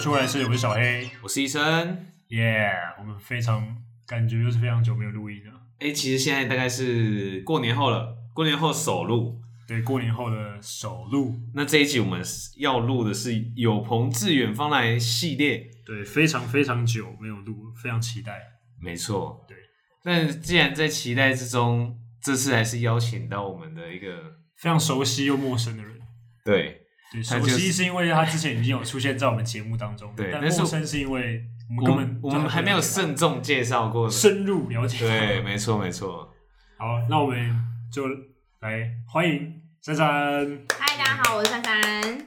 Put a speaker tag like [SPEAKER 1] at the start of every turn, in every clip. [SPEAKER 1] 出来是我是小黑，
[SPEAKER 2] 我是医生。
[SPEAKER 1] 耶、我们非常感觉又是非常久没有录音了。
[SPEAKER 2] 哎、其实现在大概是过年后了，过年后首录。
[SPEAKER 1] 对，过年后的首录，
[SPEAKER 2] 那这一集我们要录的是《有朋自远方来》系列，
[SPEAKER 1] 对，非常非常久没有录，非常期待。
[SPEAKER 2] 没错。
[SPEAKER 1] 对。
[SPEAKER 2] 但既然在期待之中，这次还是邀请到我们的一个
[SPEAKER 1] 非常熟悉又陌生的人，
[SPEAKER 2] 对
[SPEAKER 1] 对，
[SPEAKER 2] 他
[SPEAKER 1] 熟
[SPEAKER 2] 就是
[SPEAKER 1] 悉是因为他之前已经有出现在我们节目当中，
[SPEAKER 2] 对
[SPEAKER 1] 但
[SPEAKER 2] 但是
[SPEAKER 1] 陌生是因为我们根
[SPEAKER 2] 我
[SPEAKER 1] 本
[SPEAKER 2] 们我们还没有
[SPEAKER 1] 深
[SPEAKER 2] 慎重介绍过的。
[SPEAKER 1] 深入了解。
[SPEAKER 2] 对，，没错没错。
[SPEAKER 1] 好，那我们就来欢迎珊珊。
[SPEAKER 3] 嗨，大家好，我是珊珊，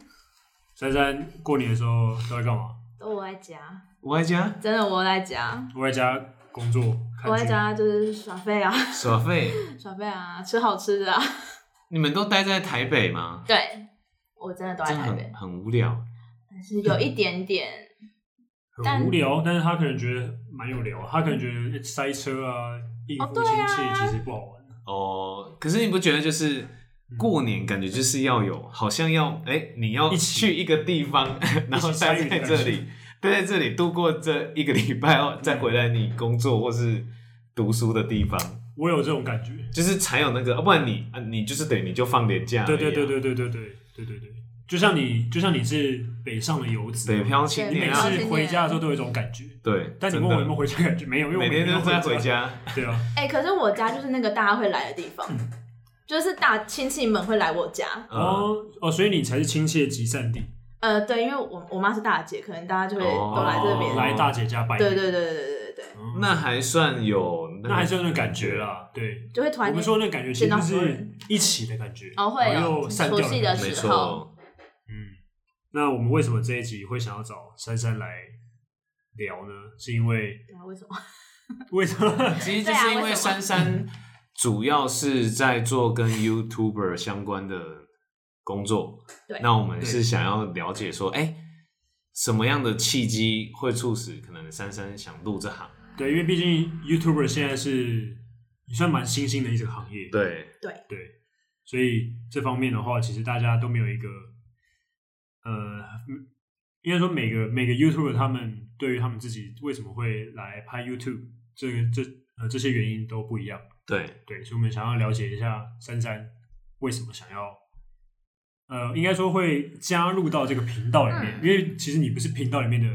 [SPEAKER 1] 珊珊过年的时候都在干嘛？
[SPEAKER 3] 都我在家，
[SPEAKER 2] 我在家
[SPEAKER 3] 真的我在家，
[SPEAKER 1] 我在家工作，看
[SPEAKER 3] 我在
[SPEAKER 1] 剧
[SPEAKER 3] 家就是耍废啊，
[SPEAKER 2] 耍废，
[SPEAKER 3] 耍废啊，吃好吃的啊。
[SPEAKER 2] 你们都待在台北吗？
[SPEAKER 3] 对，我真的都在
[SPEAKER 2] 真的
[SPEAKER 3] 台北
[SPEAKER 2] 很，很无聊。
[SPEAKER 3] 但是有一点点，
[SPEAKER 1] 很
[SPEAKER 3] 但嗯
[SPEAKER 1] 无聊，但是他可能觉得蛮有聊，他可能觉得塞车啊、应
[SPEAKER 3] 哦
[SPEAKER 1] 付
[SPEAKER 3] 对
[SPEAKER 1] 亲
[SPEAKER 3] 啊
[SPEAKER 1] 戚其实不好玩。
[SPEAKER 2] 哦，可是你不觉得就是过年感觉就是要有，好像要哎、你要
[SPEAKER 1] 嗯一起
[SPEAKER 2] 去一个地 方，然后待在这
[SPEAKER 1] 参与
[SPEAKER 2] 里，待在这里度过这一个礼拜，后
[SPEAKER 1] 嗯
[SPEAKER 2] 再回来你工作或是读书的地方，
[SPEAKER 1] 我有这种感觉。
[SPEAKER 2] 就是才有那个，要、不然你啊你就是等于你就放年假、
[SPEAKER 1] 对对对，对对对对对对对，就像你，就像你是北上的游子，
[SPEAKER 2] 北漂青
[SPEAKER 1] 你每
[SPEAKER 2] 年
[SPEAKER 3] 北漂
[SPEAKER 2] 啊
[SPEAKER 3] 青，
[SPEAKER 1] 次
[SPEAKER 3] 年
[SPEAKER 1] 回家的时候都有一种感觉。
[SPEAKER 2] 对，
[SPEAKER 1] 但你
[SPEAKER 2] 真
[SPEAKER 1] 问
[SPEAKER 2] 的
[SPEAKER 1] 我有没有回家感觉没有，因为我
[SPEAKER 2] 每天都
[SPEAKER 1] 都
[SPEAKER 2] 在回。家，
[SPEAKER 1] 对啊，
[SPEAKER 3] 哎、可是我家就是那个大家会来的地方，就是大亲戚们会来我家。
[SPEAKER 2] 嗯，
[SPEAKER 1] 哦哦，所以你才是亲戚的集散地，
[SPEAKER 3] 呃，对，因为我我妈是大姐，可能大家就会
[SPEAKER 2] 哦
[SPEAKER 3] 都来这边。
[SPEAKER 1] 来大姐家拜年。
[SPEAKER 3] 对对对对对对对，
[SPEAKER 1] 嗯，
[SPEAKER 2] 那还算有个，
[SPEAKER 1] 那还是有那种感觉啦。对，
[SPEAKER 3] 就会突
[SPEAKER 1] 我
[SPEAKER 3] 然
[SPEAKER 1] 们
[SPEAKER 3] 间
[SPEAKER 1] 说那感觉其实
[SPEAKER 3] 见到
[SPEAKER 1] 就
[SPEAKER 3] 很多
[SPEAKER 1] 是
[SPEAKER 3] 人
[SPEAKER 1] 一起的感觉，
[SPEAKER 3] 哦会
[SPEAKER 1] 然后
[SPEAKER 3] 有
[SPEAKER 1] 又散掉
[SPEAKER 3] 除夕
[SPEAKER 1] 的感
[SPEAKER 3] 的
[SPEAKER 1] 觉
[SPEAKER 2] 没
[SPEAKER 3] 时
[SPEAKER 2] 错
[SPEAKER 3] 候。
[SPEAKER 1] 嗯，那我们为什么这一集会想要找珊珊来聊呢？是因为
[SPEAKER 3] 对啊，为什么？
[SPEAKER 1] 为什么？
[SPEAKER 2] 其实
[SPEAKER 3] 啊
[SPEAKER 2] 就是因为珊珊主要是在做跟 YouTuber 相关的工作，
[SPEAKER 3] 对
[SPEAKER 2] 那我们是想要了解说，哎、什么样的契机会促使可能珊珊想入这行？
[SPEAKER 1] 对，因为毕竟 YouTuber 现在是也算蛮新兴的一个行业，
[SPEAKER 2] 对，
[SPEAKER 1] 对，所以这方面的话，其实大家都没有一个呃，应该说每个每个 YouTuber 他们对于他们自己为什么会来拍 YouTube 这个这呃这些原因都不一样。
[SPEAKER 2] 对，
[SPEAKER 1] 对，所以我们想要了解一下珊珊为什么想要，呃，应该说会加入到这个频道里面，
[SPEAKER 3] 嗯
[SPEAKER 1] 因为其实你不是频道里面的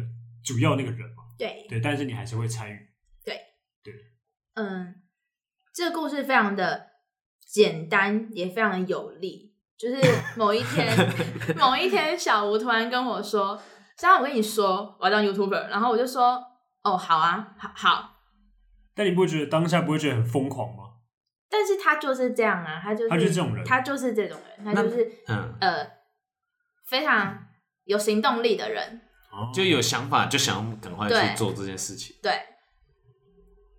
[SPEAKER 1] 主要那个人嘛，
[SPEAKER 3] 对，
[SPEAKER 1] 对，但是你还是会参与，
[SPEAKER 3] 嗯，这个故事非常的简单，也非常的有力。就是某一天， 某一天，小吴突然跟我说：“珊珊，我跟你说，我要当 YouTuber。”然后我就说：“哦，好啊，好好。
[SPEAKER 1] 但你不会觉得当下不会觉得很疯狂吗？”
[SPEAKER 3] 但是他就是这样啊，他就是
[SPEAKER 1] 他就是这种人
[SPEAKER 3] 他就是这种人，他
[SPEAKER 2] 那
[SPEAKER 3] 就是
[SPEAKER 2] 嗯，
[SPEAKER 3] 呃非常有行动力的人。
[SPEAKER 2] 就有想法就想要赶快去
[SPEAKER 3] 对
[SPEAKER 2] 做这件事情。
[SPEAKER 3] 对，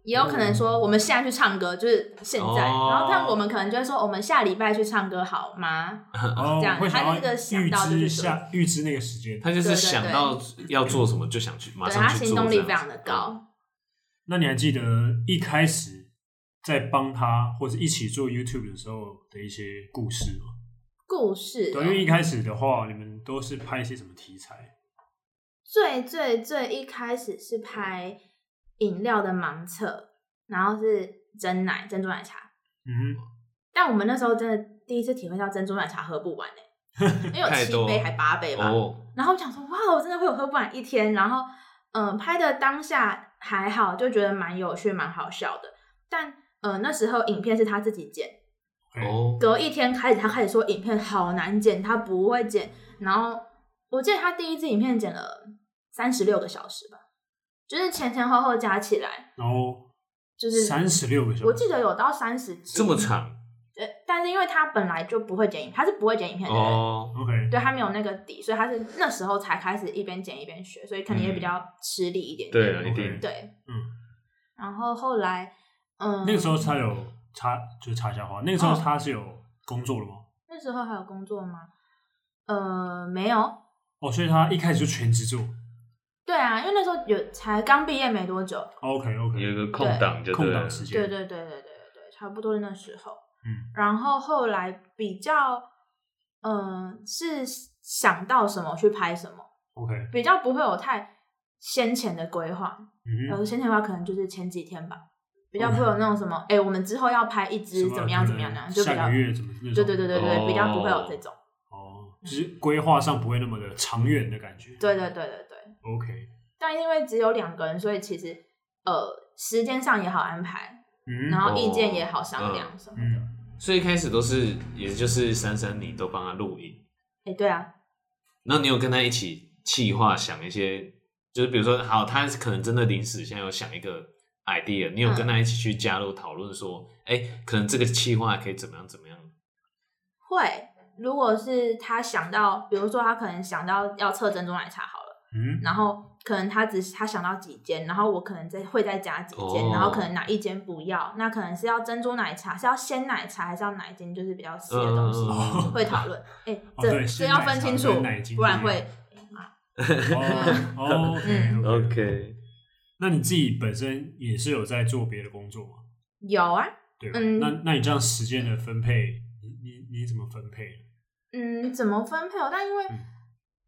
[SPEAKER 3] 也有可能说
[SPEAKER 1] 哦
[SPEAKER 3] 我们现在去唱歌，就是现在。然后，但我们可能就会说，哦我们下礼拜去唱歌好吗？
[SPEAKER 1] 哦
[SPEAKER 3] 这样
[SPEAKER 1] 会想要
[SPEAKER 3] 他那个想
[SPEAKER 1] 预
[SPEAKER 3] 到就是
[SPEAKER 1] 知
[SPEAKER 3] 说
[SPEAKER 1] 下预知那个时间。
[SPEAKER 2] 他就是想到要做什么就想去，马
[SPEAKER 3] 对
[SPEAKER 2] 上
[SPEAKER 3] 他
[SPEAKER 2] 去做。
[SPEAKER 3] 行动力非常的。高。
[SPEAKER 1] 那你还记得一开始在帮他或者一起做 YouTube 的时候的一些故事吗？
[SPEAKER 3] 故事
[SPEAKER 1] 对，因为一开始的话，你们都是拍一些什么题材？
[SPEAKER 3] 最最最一开始是拍饮料的盲测，然后是真奶珍珠奶茶，
[SPEAKER 1] 嗯
[SPEAKER 3] 但我们那时候真的第一次体会到珍珠奶茶喝不完哎、 因为有
[SPEAKER 2] 太多
[SPEAKER 3] 七杯还八杯吧。
[SPEAKER 2] 哦，
[SPEAKER 3] 然后我想说，哇，我真的会有喝不完一天。然后，嗯、拍的当下还好，就觉得蛮有趣、蛮好笑的。但，呃，那时候影片是他自己剪，
[SPEAKER 1] 哼，哦，
[SPEAKER 2] 哦，
[SPEAKER 3] 隔一天开始，他开始说影片好难剪，他不会剪。然后我记得他第一支影片剪了三十六个小时吧，就是前前后后加起来，
[SPEAKER 1] 然后
[SPEAKER 3] 就是
[SPEAKER 1] 三十六个小时，
[SPEAKER 3] 我记得有到三十
[SPEAKER 2] 这么长
[SPEAKER 3] 对，但是因为他本来就不会剪影，他是不会剪影片的人，
[SPEAKER 2] 哦，
[SPEAKER 1] OK，
[SPEAKER 3] 对他没有那个底，所以他是那时候才开始一边剪一边学，所以可能也比较吃力一点
[SPEAKER 2] 对
[SPEAKER 3] 点。
[SPEAKER 2] 啊，一定。
[SPEAKER 3] 对，
[SPEAKER 1] 嗯。
[SPEAKER 3] 然后后来，嗯，
[SPEAKER 1] 那个时候他有插，就是插一下话。那个时候
[SPEAKER 3] 哦
[SPEAKER 1] 他是有工作了吗？
[SPEAKER 3] 那时候还有工作吗？呃，没有，
[SPEAKER 1] 哦，所以他一开始就全职做。
[SPEAKER 3] 对啊，因为那时候有才刚毕业没多久，
[SPEAKER 1] OK
[SPEAKER 2] 有一
[SPEAKER 1] OK，
[SPEAKER 2] 个空档就对
[SPEAKER 1] 空
[SPEAKER 2] 了
[SPEAKER 1] 档时间。
[SPEAKER 3] 对对对对对对对，差不多是那时候。
[SPEAKER 1] 嗯，
[SPEAKER 3] 然后后呃来比较，嗯、是想到什么去拍什么，
[SPEAKER 1] OK，
[SPEAKER 3] 比较不会有太先前的规划。
[SPEAKER 1] 嗯哦
[SPEAKER 3] 有
[SPEAKER 1] 哼，
[SPEAKER 3] 的先前的话，可能就是前几天吧，比较不会有那种什么，哎、我们之后要拍一支怎么样怎么样那样，就比
[SPEAKER 1] 下
[SPEAKER 3] 较
[SPEAKER 1] 个月怎么那种
[SPEAKER 3] 对对对对对，
[SPEAKER 2] 哦
[SPEAKER 3] 比较不会有这种。
[SPEAKER 1] 哦，就是规划上不会那么的长远的感觉。
[SPEAKER 3] 对对对对对。
[SPEAKER 1] ，OK，
[SPEAKER 3] 但因为只有两个人，所以其实呃时间上也好安排，
[SPEAKER 1] 嗯，
[SPEAKER 3] 然后意见
[SPEAKER 2] 哦
[SPEAKER 3] 也好商量什么的。哎、
[SPEAKER 1] 嗯，
[SPEAKER 2] 所以一开始都是，也就是珊珊你都帮他录影，
[SPEAKER 3] 对啊，
[SPEAKER 2] 然后你有跟他一起企划想一些，就是比如说，好，他可能真的临时现在有想一个 idea，你有跟他一起去加入讨论说，哎、可能这个企划可以怎么样怎么样，
[SPEAKER 3] 会。如果是他想到，比如说他可能想到要测珍珠奶茶好了，
[SPEAKER 1] 嗯，
[SPEAKER 3] 然后可能他只他想到几间，然后我可能再会再加几间，
[SPEAKER 2] 哦
[SPEAKER 3] 然后可能哪一间不要，那可能是要珍珠奶茶，是要鲜奶茶还是要哪一间，就是比较细的东西、
[SPEAKER 2] 嗯
[SPEAKER 3] 会讨论。哎、
[SPEAKER 1] 哦
[SPEAKER 3] 这、
[SPEAKER 1] 对
[SPEAKER 3] 这
[SPEAKER 1] 鲜
[SPEAKER 3] 要
[SPEAKER 1] 奶
[SPEAKER 3] 分
[SPEAKER 1] 茶
[SPEAKER 3] 清
[SPEAKER 1] 跟
[SPEAKER 3] 楚
[SPEAKER 1] 奶精，
[SPEAKER 3] 不然
[SPEAKER 1] 不一
[SPEAKER 3] 会
[SPEAKER 1] 哦
[SPEAKER 3] 嗯
[SPEAKER 1] ，OK，OK，
[SPEAKER 2] OK，
[SPEAKER 1] 那你自己本身也是有在做别的工作吗？
[SPEAKER 3] 有啊。
[SPEAKER 1] 对吧，
[SPEAKER 3] 嗯
[SPEAKER 1] 那那你这样时间的分配，你你你怎么分配？
[SPEAKER 3] 嗯，怎么分配哦？但因为
[SPEAKER 1] 嗯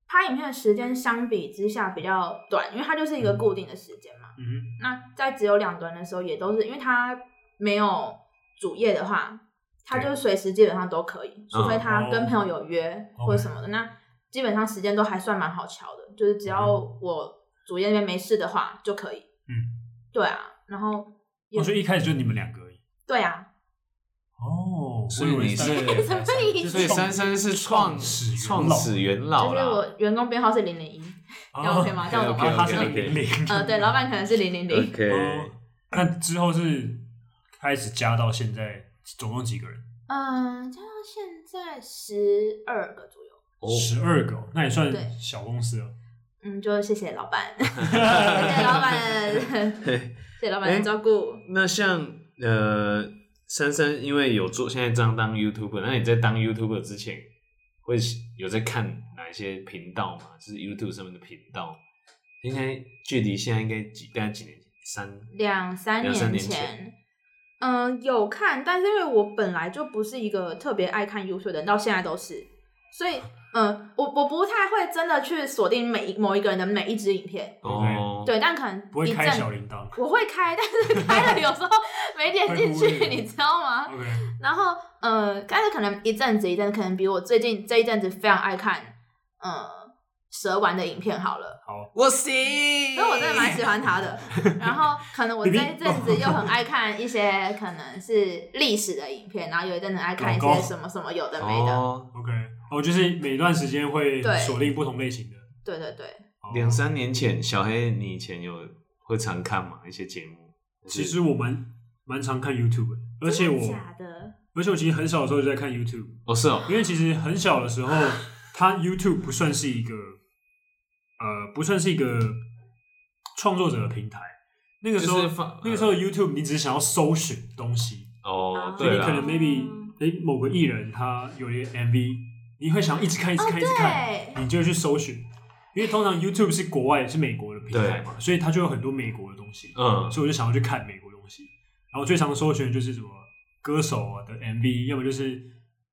[SPEAKER 3] 拍影片的时间相比之下比较短，因为它就是一个固定的时间嘛。
[SPEAKER 1] 嗯
[SPEAKER 3] 那在只有两个人的时候，也都是因为他没有主业的话，他就
[SPEAKER 1] 对
[SPEAKER 3] 随时基本上都可以，除非他
[SPEAKER 1] 哦
[SPEAKER 3] 跟朋友有约或者什么的。那基本上时间都还算蛮好瞧的，就是只要我主业那边没事的话就可以。
[SPEAKER 1] 哦嗯，哦
[SPEAKER 3] 对啊，然后也
[SPEAKER 1] 我说一开始就你们两个而已。
[SPEAKER 3] 对啊，
[SPEAKER 1] 哦，
[SPEAKER 2] 所以
[SPEAKER 1] 我以为
[SPEAKER 2] 你是
[SPEAKER 1] 三个人
[SPEAKER 3] 什么
[SPEAKER 1] 才
[SPEAKER 3] 意
[SPEAKER 1] 就
[SPEAKER 3] 思
[SPEAKER 1] 是
[SPEAKER 2] 所以
[SPEAKER 1] 创
[SPEAKER 2] 珊珊是创
[SPEAKER 1] 始
[SPEAKER 2] 创始元老
[SPEAKER 3] 就是
[SPEAKER 1] 啊
[SPEAKER 2] 啦。
[SPEAKER 3] 我员工编号是零零 一，这样 OK 吗？这样我
[SPEAKER 1] 然
[SPEAKER 3] 懂
[SPEAKER 1] 后
[SPEAKER 3] 吗
[SPEAKER 1] 哦他是
[SPEAKER 2] OK，OK，OK
[SPEAKER 1] 零零，
[SPEAKER 3] 呃，对，老板可能是零零零。
[SPEAKER 1] 哦那之后是开始加到现在，总共几个人？
[SPEAKER 3] 嗯，加上现在十二个左右。
[SPEAKER 2] 哦
[SPEAKER 1] 十二个哦，那也算
[SPEAKER 3] 对
[SPEAKER 1] 小公司 了。
[SPEAKER 3] 嗯，就谢谢老 板，谢谢老板， 谢谢老板的照顾。
[SPEAKER 2] 那像呃，珊珊因为有做现在这样当 YouTuber，那你在当 YouTuber 之前会有在看哪一些频道吗？就是 YouTube 上面的频道，应该距离现在应该几大概几年前？三
[SPEAKER 3] 两三
[SPEAKER 2] 两三
[SPEAKER 3] 年
[SPEAKER 2] 年
[SPEAKER 3] 前，嗯，有看，但是因为我本来就不是一个特别爱看 YouTube 的人，到现在都是，所以嗯，我我不太会真的去锁定每一某一个人的每一支影片，
[SPEAKER 2] 哦，
[SPEAKER 3] 对，但可能
[SPEAKER 1] 不会
[SPEAKER 3] 一
[SPEAKER 1] 开
[SPEAKER 3] 阵
[SPEAKER 1] 小铃铛。
[SPEAKER 3] 我会开，但是开了有时候没点
[SPEAKER 1] 会
[SPEAKER 3] 进
[SPEAKER 1] 忽略嗯
[SPEAKER 3] 去，你知道吗？
[SPEAKER 1] OK，
[SPEAKER 3] 然后，呃，但是可能一阵子一阵，可能比我最近这一阵子非常爱看，呃，蛇丸的影片好了，
[SPEAKER 2] 我行，
[SPEAKER 3] 因为我真的蛮喜欢他的。 然后，可能我这一阵子又很爱看一些可能是历史的影片，然后有一阵子爱看一
[SPEAKER 1] 老
[SPEAKER 3] 些
[SPEAKER 1] 高
[SPEAKER 3] 什么什么有的没的，
[SPEAKER 2] 哦，
[SPEAKER 1] OK，哦，就是每段时间会
[SPEAKER 3] 对
[SPEAKER 1] 锁定不同类型的。
[SPEAKER 3] 对对对，
[SPEAKER 1] 哦
[SPEAKER 2] 两三年前，小黑你以前有会常看吗？一些节目？
[SPEAKER 1] 其实我蛮蛮常看 YouTube，的而且
[SPEAKER 3] 真的
[SPEAKER 1] 我
[SPEAKER 3] 假的，
[SPEAKER 1] 而且我其实很小的时候就在看 YouTube，
[SPEAKER 2] 哦是哦，
[SPEAKER 1] 因为其实很小的时 候，它 YouTube 不算是一个呃不算是一个创作者的平台。那个时候，
[SPEAKER 2] 就是放呃
[SPEAKER 1] 那个时候 YouTube 你只是想要搜寻东西，
[SPEAKER 2] 哦
[SPEAKER 3] 啊
[SPEAKER 1] 所以
[SPEAKER 2] 对
[SPEAKER 1] 你可
[SPEAKER 2] 啦
[SPEAKER 1] 能，maybe 诶某个艺人他有一个 MV，你会想一直看一直看一直看，
[SPEAKER 3] 对，
[SPEAKER 1] 你就去搜寻。因为通常 YouTube 是国外是美国的平台嘛，所以它就有很多美国的东西，
[SPEAKER 2] 嗯
[SPEAKER 1] 所以我就想要去看美国东西。然后最常搜寻的就是什么歌手啊的 MV，要么就是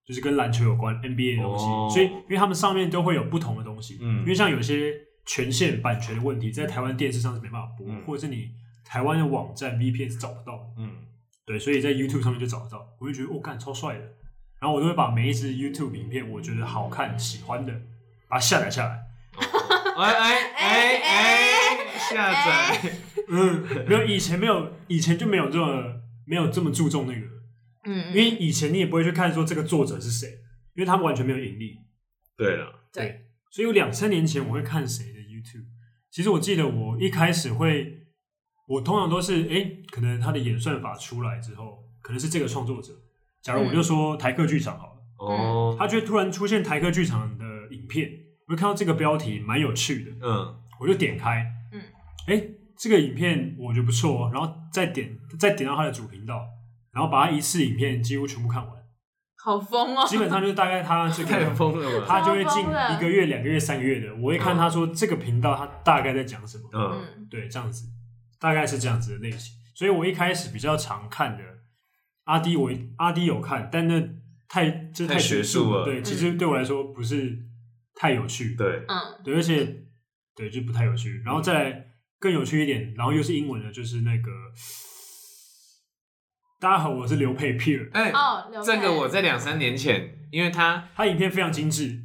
[SPEAKER 1] 就是跟篮球有关 NBA 的东西。
[SPEAKER 2] 哦
[SPEAKER 1] 所以因为他们上面都会有不同的东西，
[SPEAKER 2] 嗯
[SPEAKER 1] 因为像有些权限版权的问题，在台湾电视上是没办法播，
[SPEAKER 2] 嗯
[SPEAKER 1] 或者是你台湾的网站 VPN 是找不到的。
[SPEAKER 2] 嗯，
[SPEAKER 1] 对，所以在 YouTube 上面就找得到，我就觉得我哦干、超帅的。然后我都会把每一支 YouTube 影片我觉得好看、喜欢的，把它下载下来。
[SPEAKER 2] 哦哎哎哎哎，下载。
[SPEAKER 1] 嗯，没有以前没有，以前就没有这么没有这么注重那个，
[SPEAKER 3] 嗯，
[SPEAKER 1] 因为以前你也不会去看说这个作者是谁，因为他们完全没有盈利。
[SPEAKER 2] 对了，
[SPEAKER 3] 对，
[SPEAKER 1] 所以有两三年前我会看谁的 YouTube。其实我记得我一开始会，我通常都是哎、诶可能他的演算法出来之后，可能是这个创作者。假
[SPEAKER 3] 嗯
[SPEAKER 1] 如我就说台客剧场好了。
[SPEAKER 2] 哦，
[SPEAKER 1] 他就会突然出现台客剧场的影片，我就看到这个标题蛮有趣的，
[SPEAKER 2] 嗯，
[SPEAKER 1] 我就点开，
[SPEAKER 3] 嗯，
[SPEAKER 1] 哎，这个影片我觉得不错哦，然后再点再点到他的主频道，然后把他一次影片几乎全部看完，
[SPEAKER 3] 好 疯哦，
[SPEAKER 1] 基本上就是大概他这
[SPEAKER 2] 太
[SPEAKER 1] 个。
[SPEAKER 2] 疯了吧？
[SPEAKER 1] 他就会进
[SPEAKER 3] 超疯了
[SPEAKER 1] 一个月、两个月、三个月的，我会看他说这个频道他大概在讲什么，
[SPEAKER 2] 嗯，
[SPEAKER 3] 嗯
[SPEAKER 1] 对，这样子，大概是这样子的类型。所以我一开始比较常看的阿迪我，阿迪有看，但那太这
[SPEAKER 2] 太
[SPEAKER 1] 太
[SPEAKER 2] 学术了嗯
[SPEAKER 1] 对，其实对我来说不是太有趣。
[SPEAKER 2] 对，
[SPEAKER 3] 嗯，
[SPEAKER 1] 对，而且对，就不太有趣。然后再来更有趣一点，然后又是英文的，就是那个，大家好，我是刘佩 Peer，
[SPEAKER 2] 哎、
[SPEAKER 3] 哦，刘
[SPEAKER 2] 这
[SPEAKER 3] 佩
[SPEAKER 2] 个我在两三年前，因为他
[SPEAKER 1] 他影片非常精致。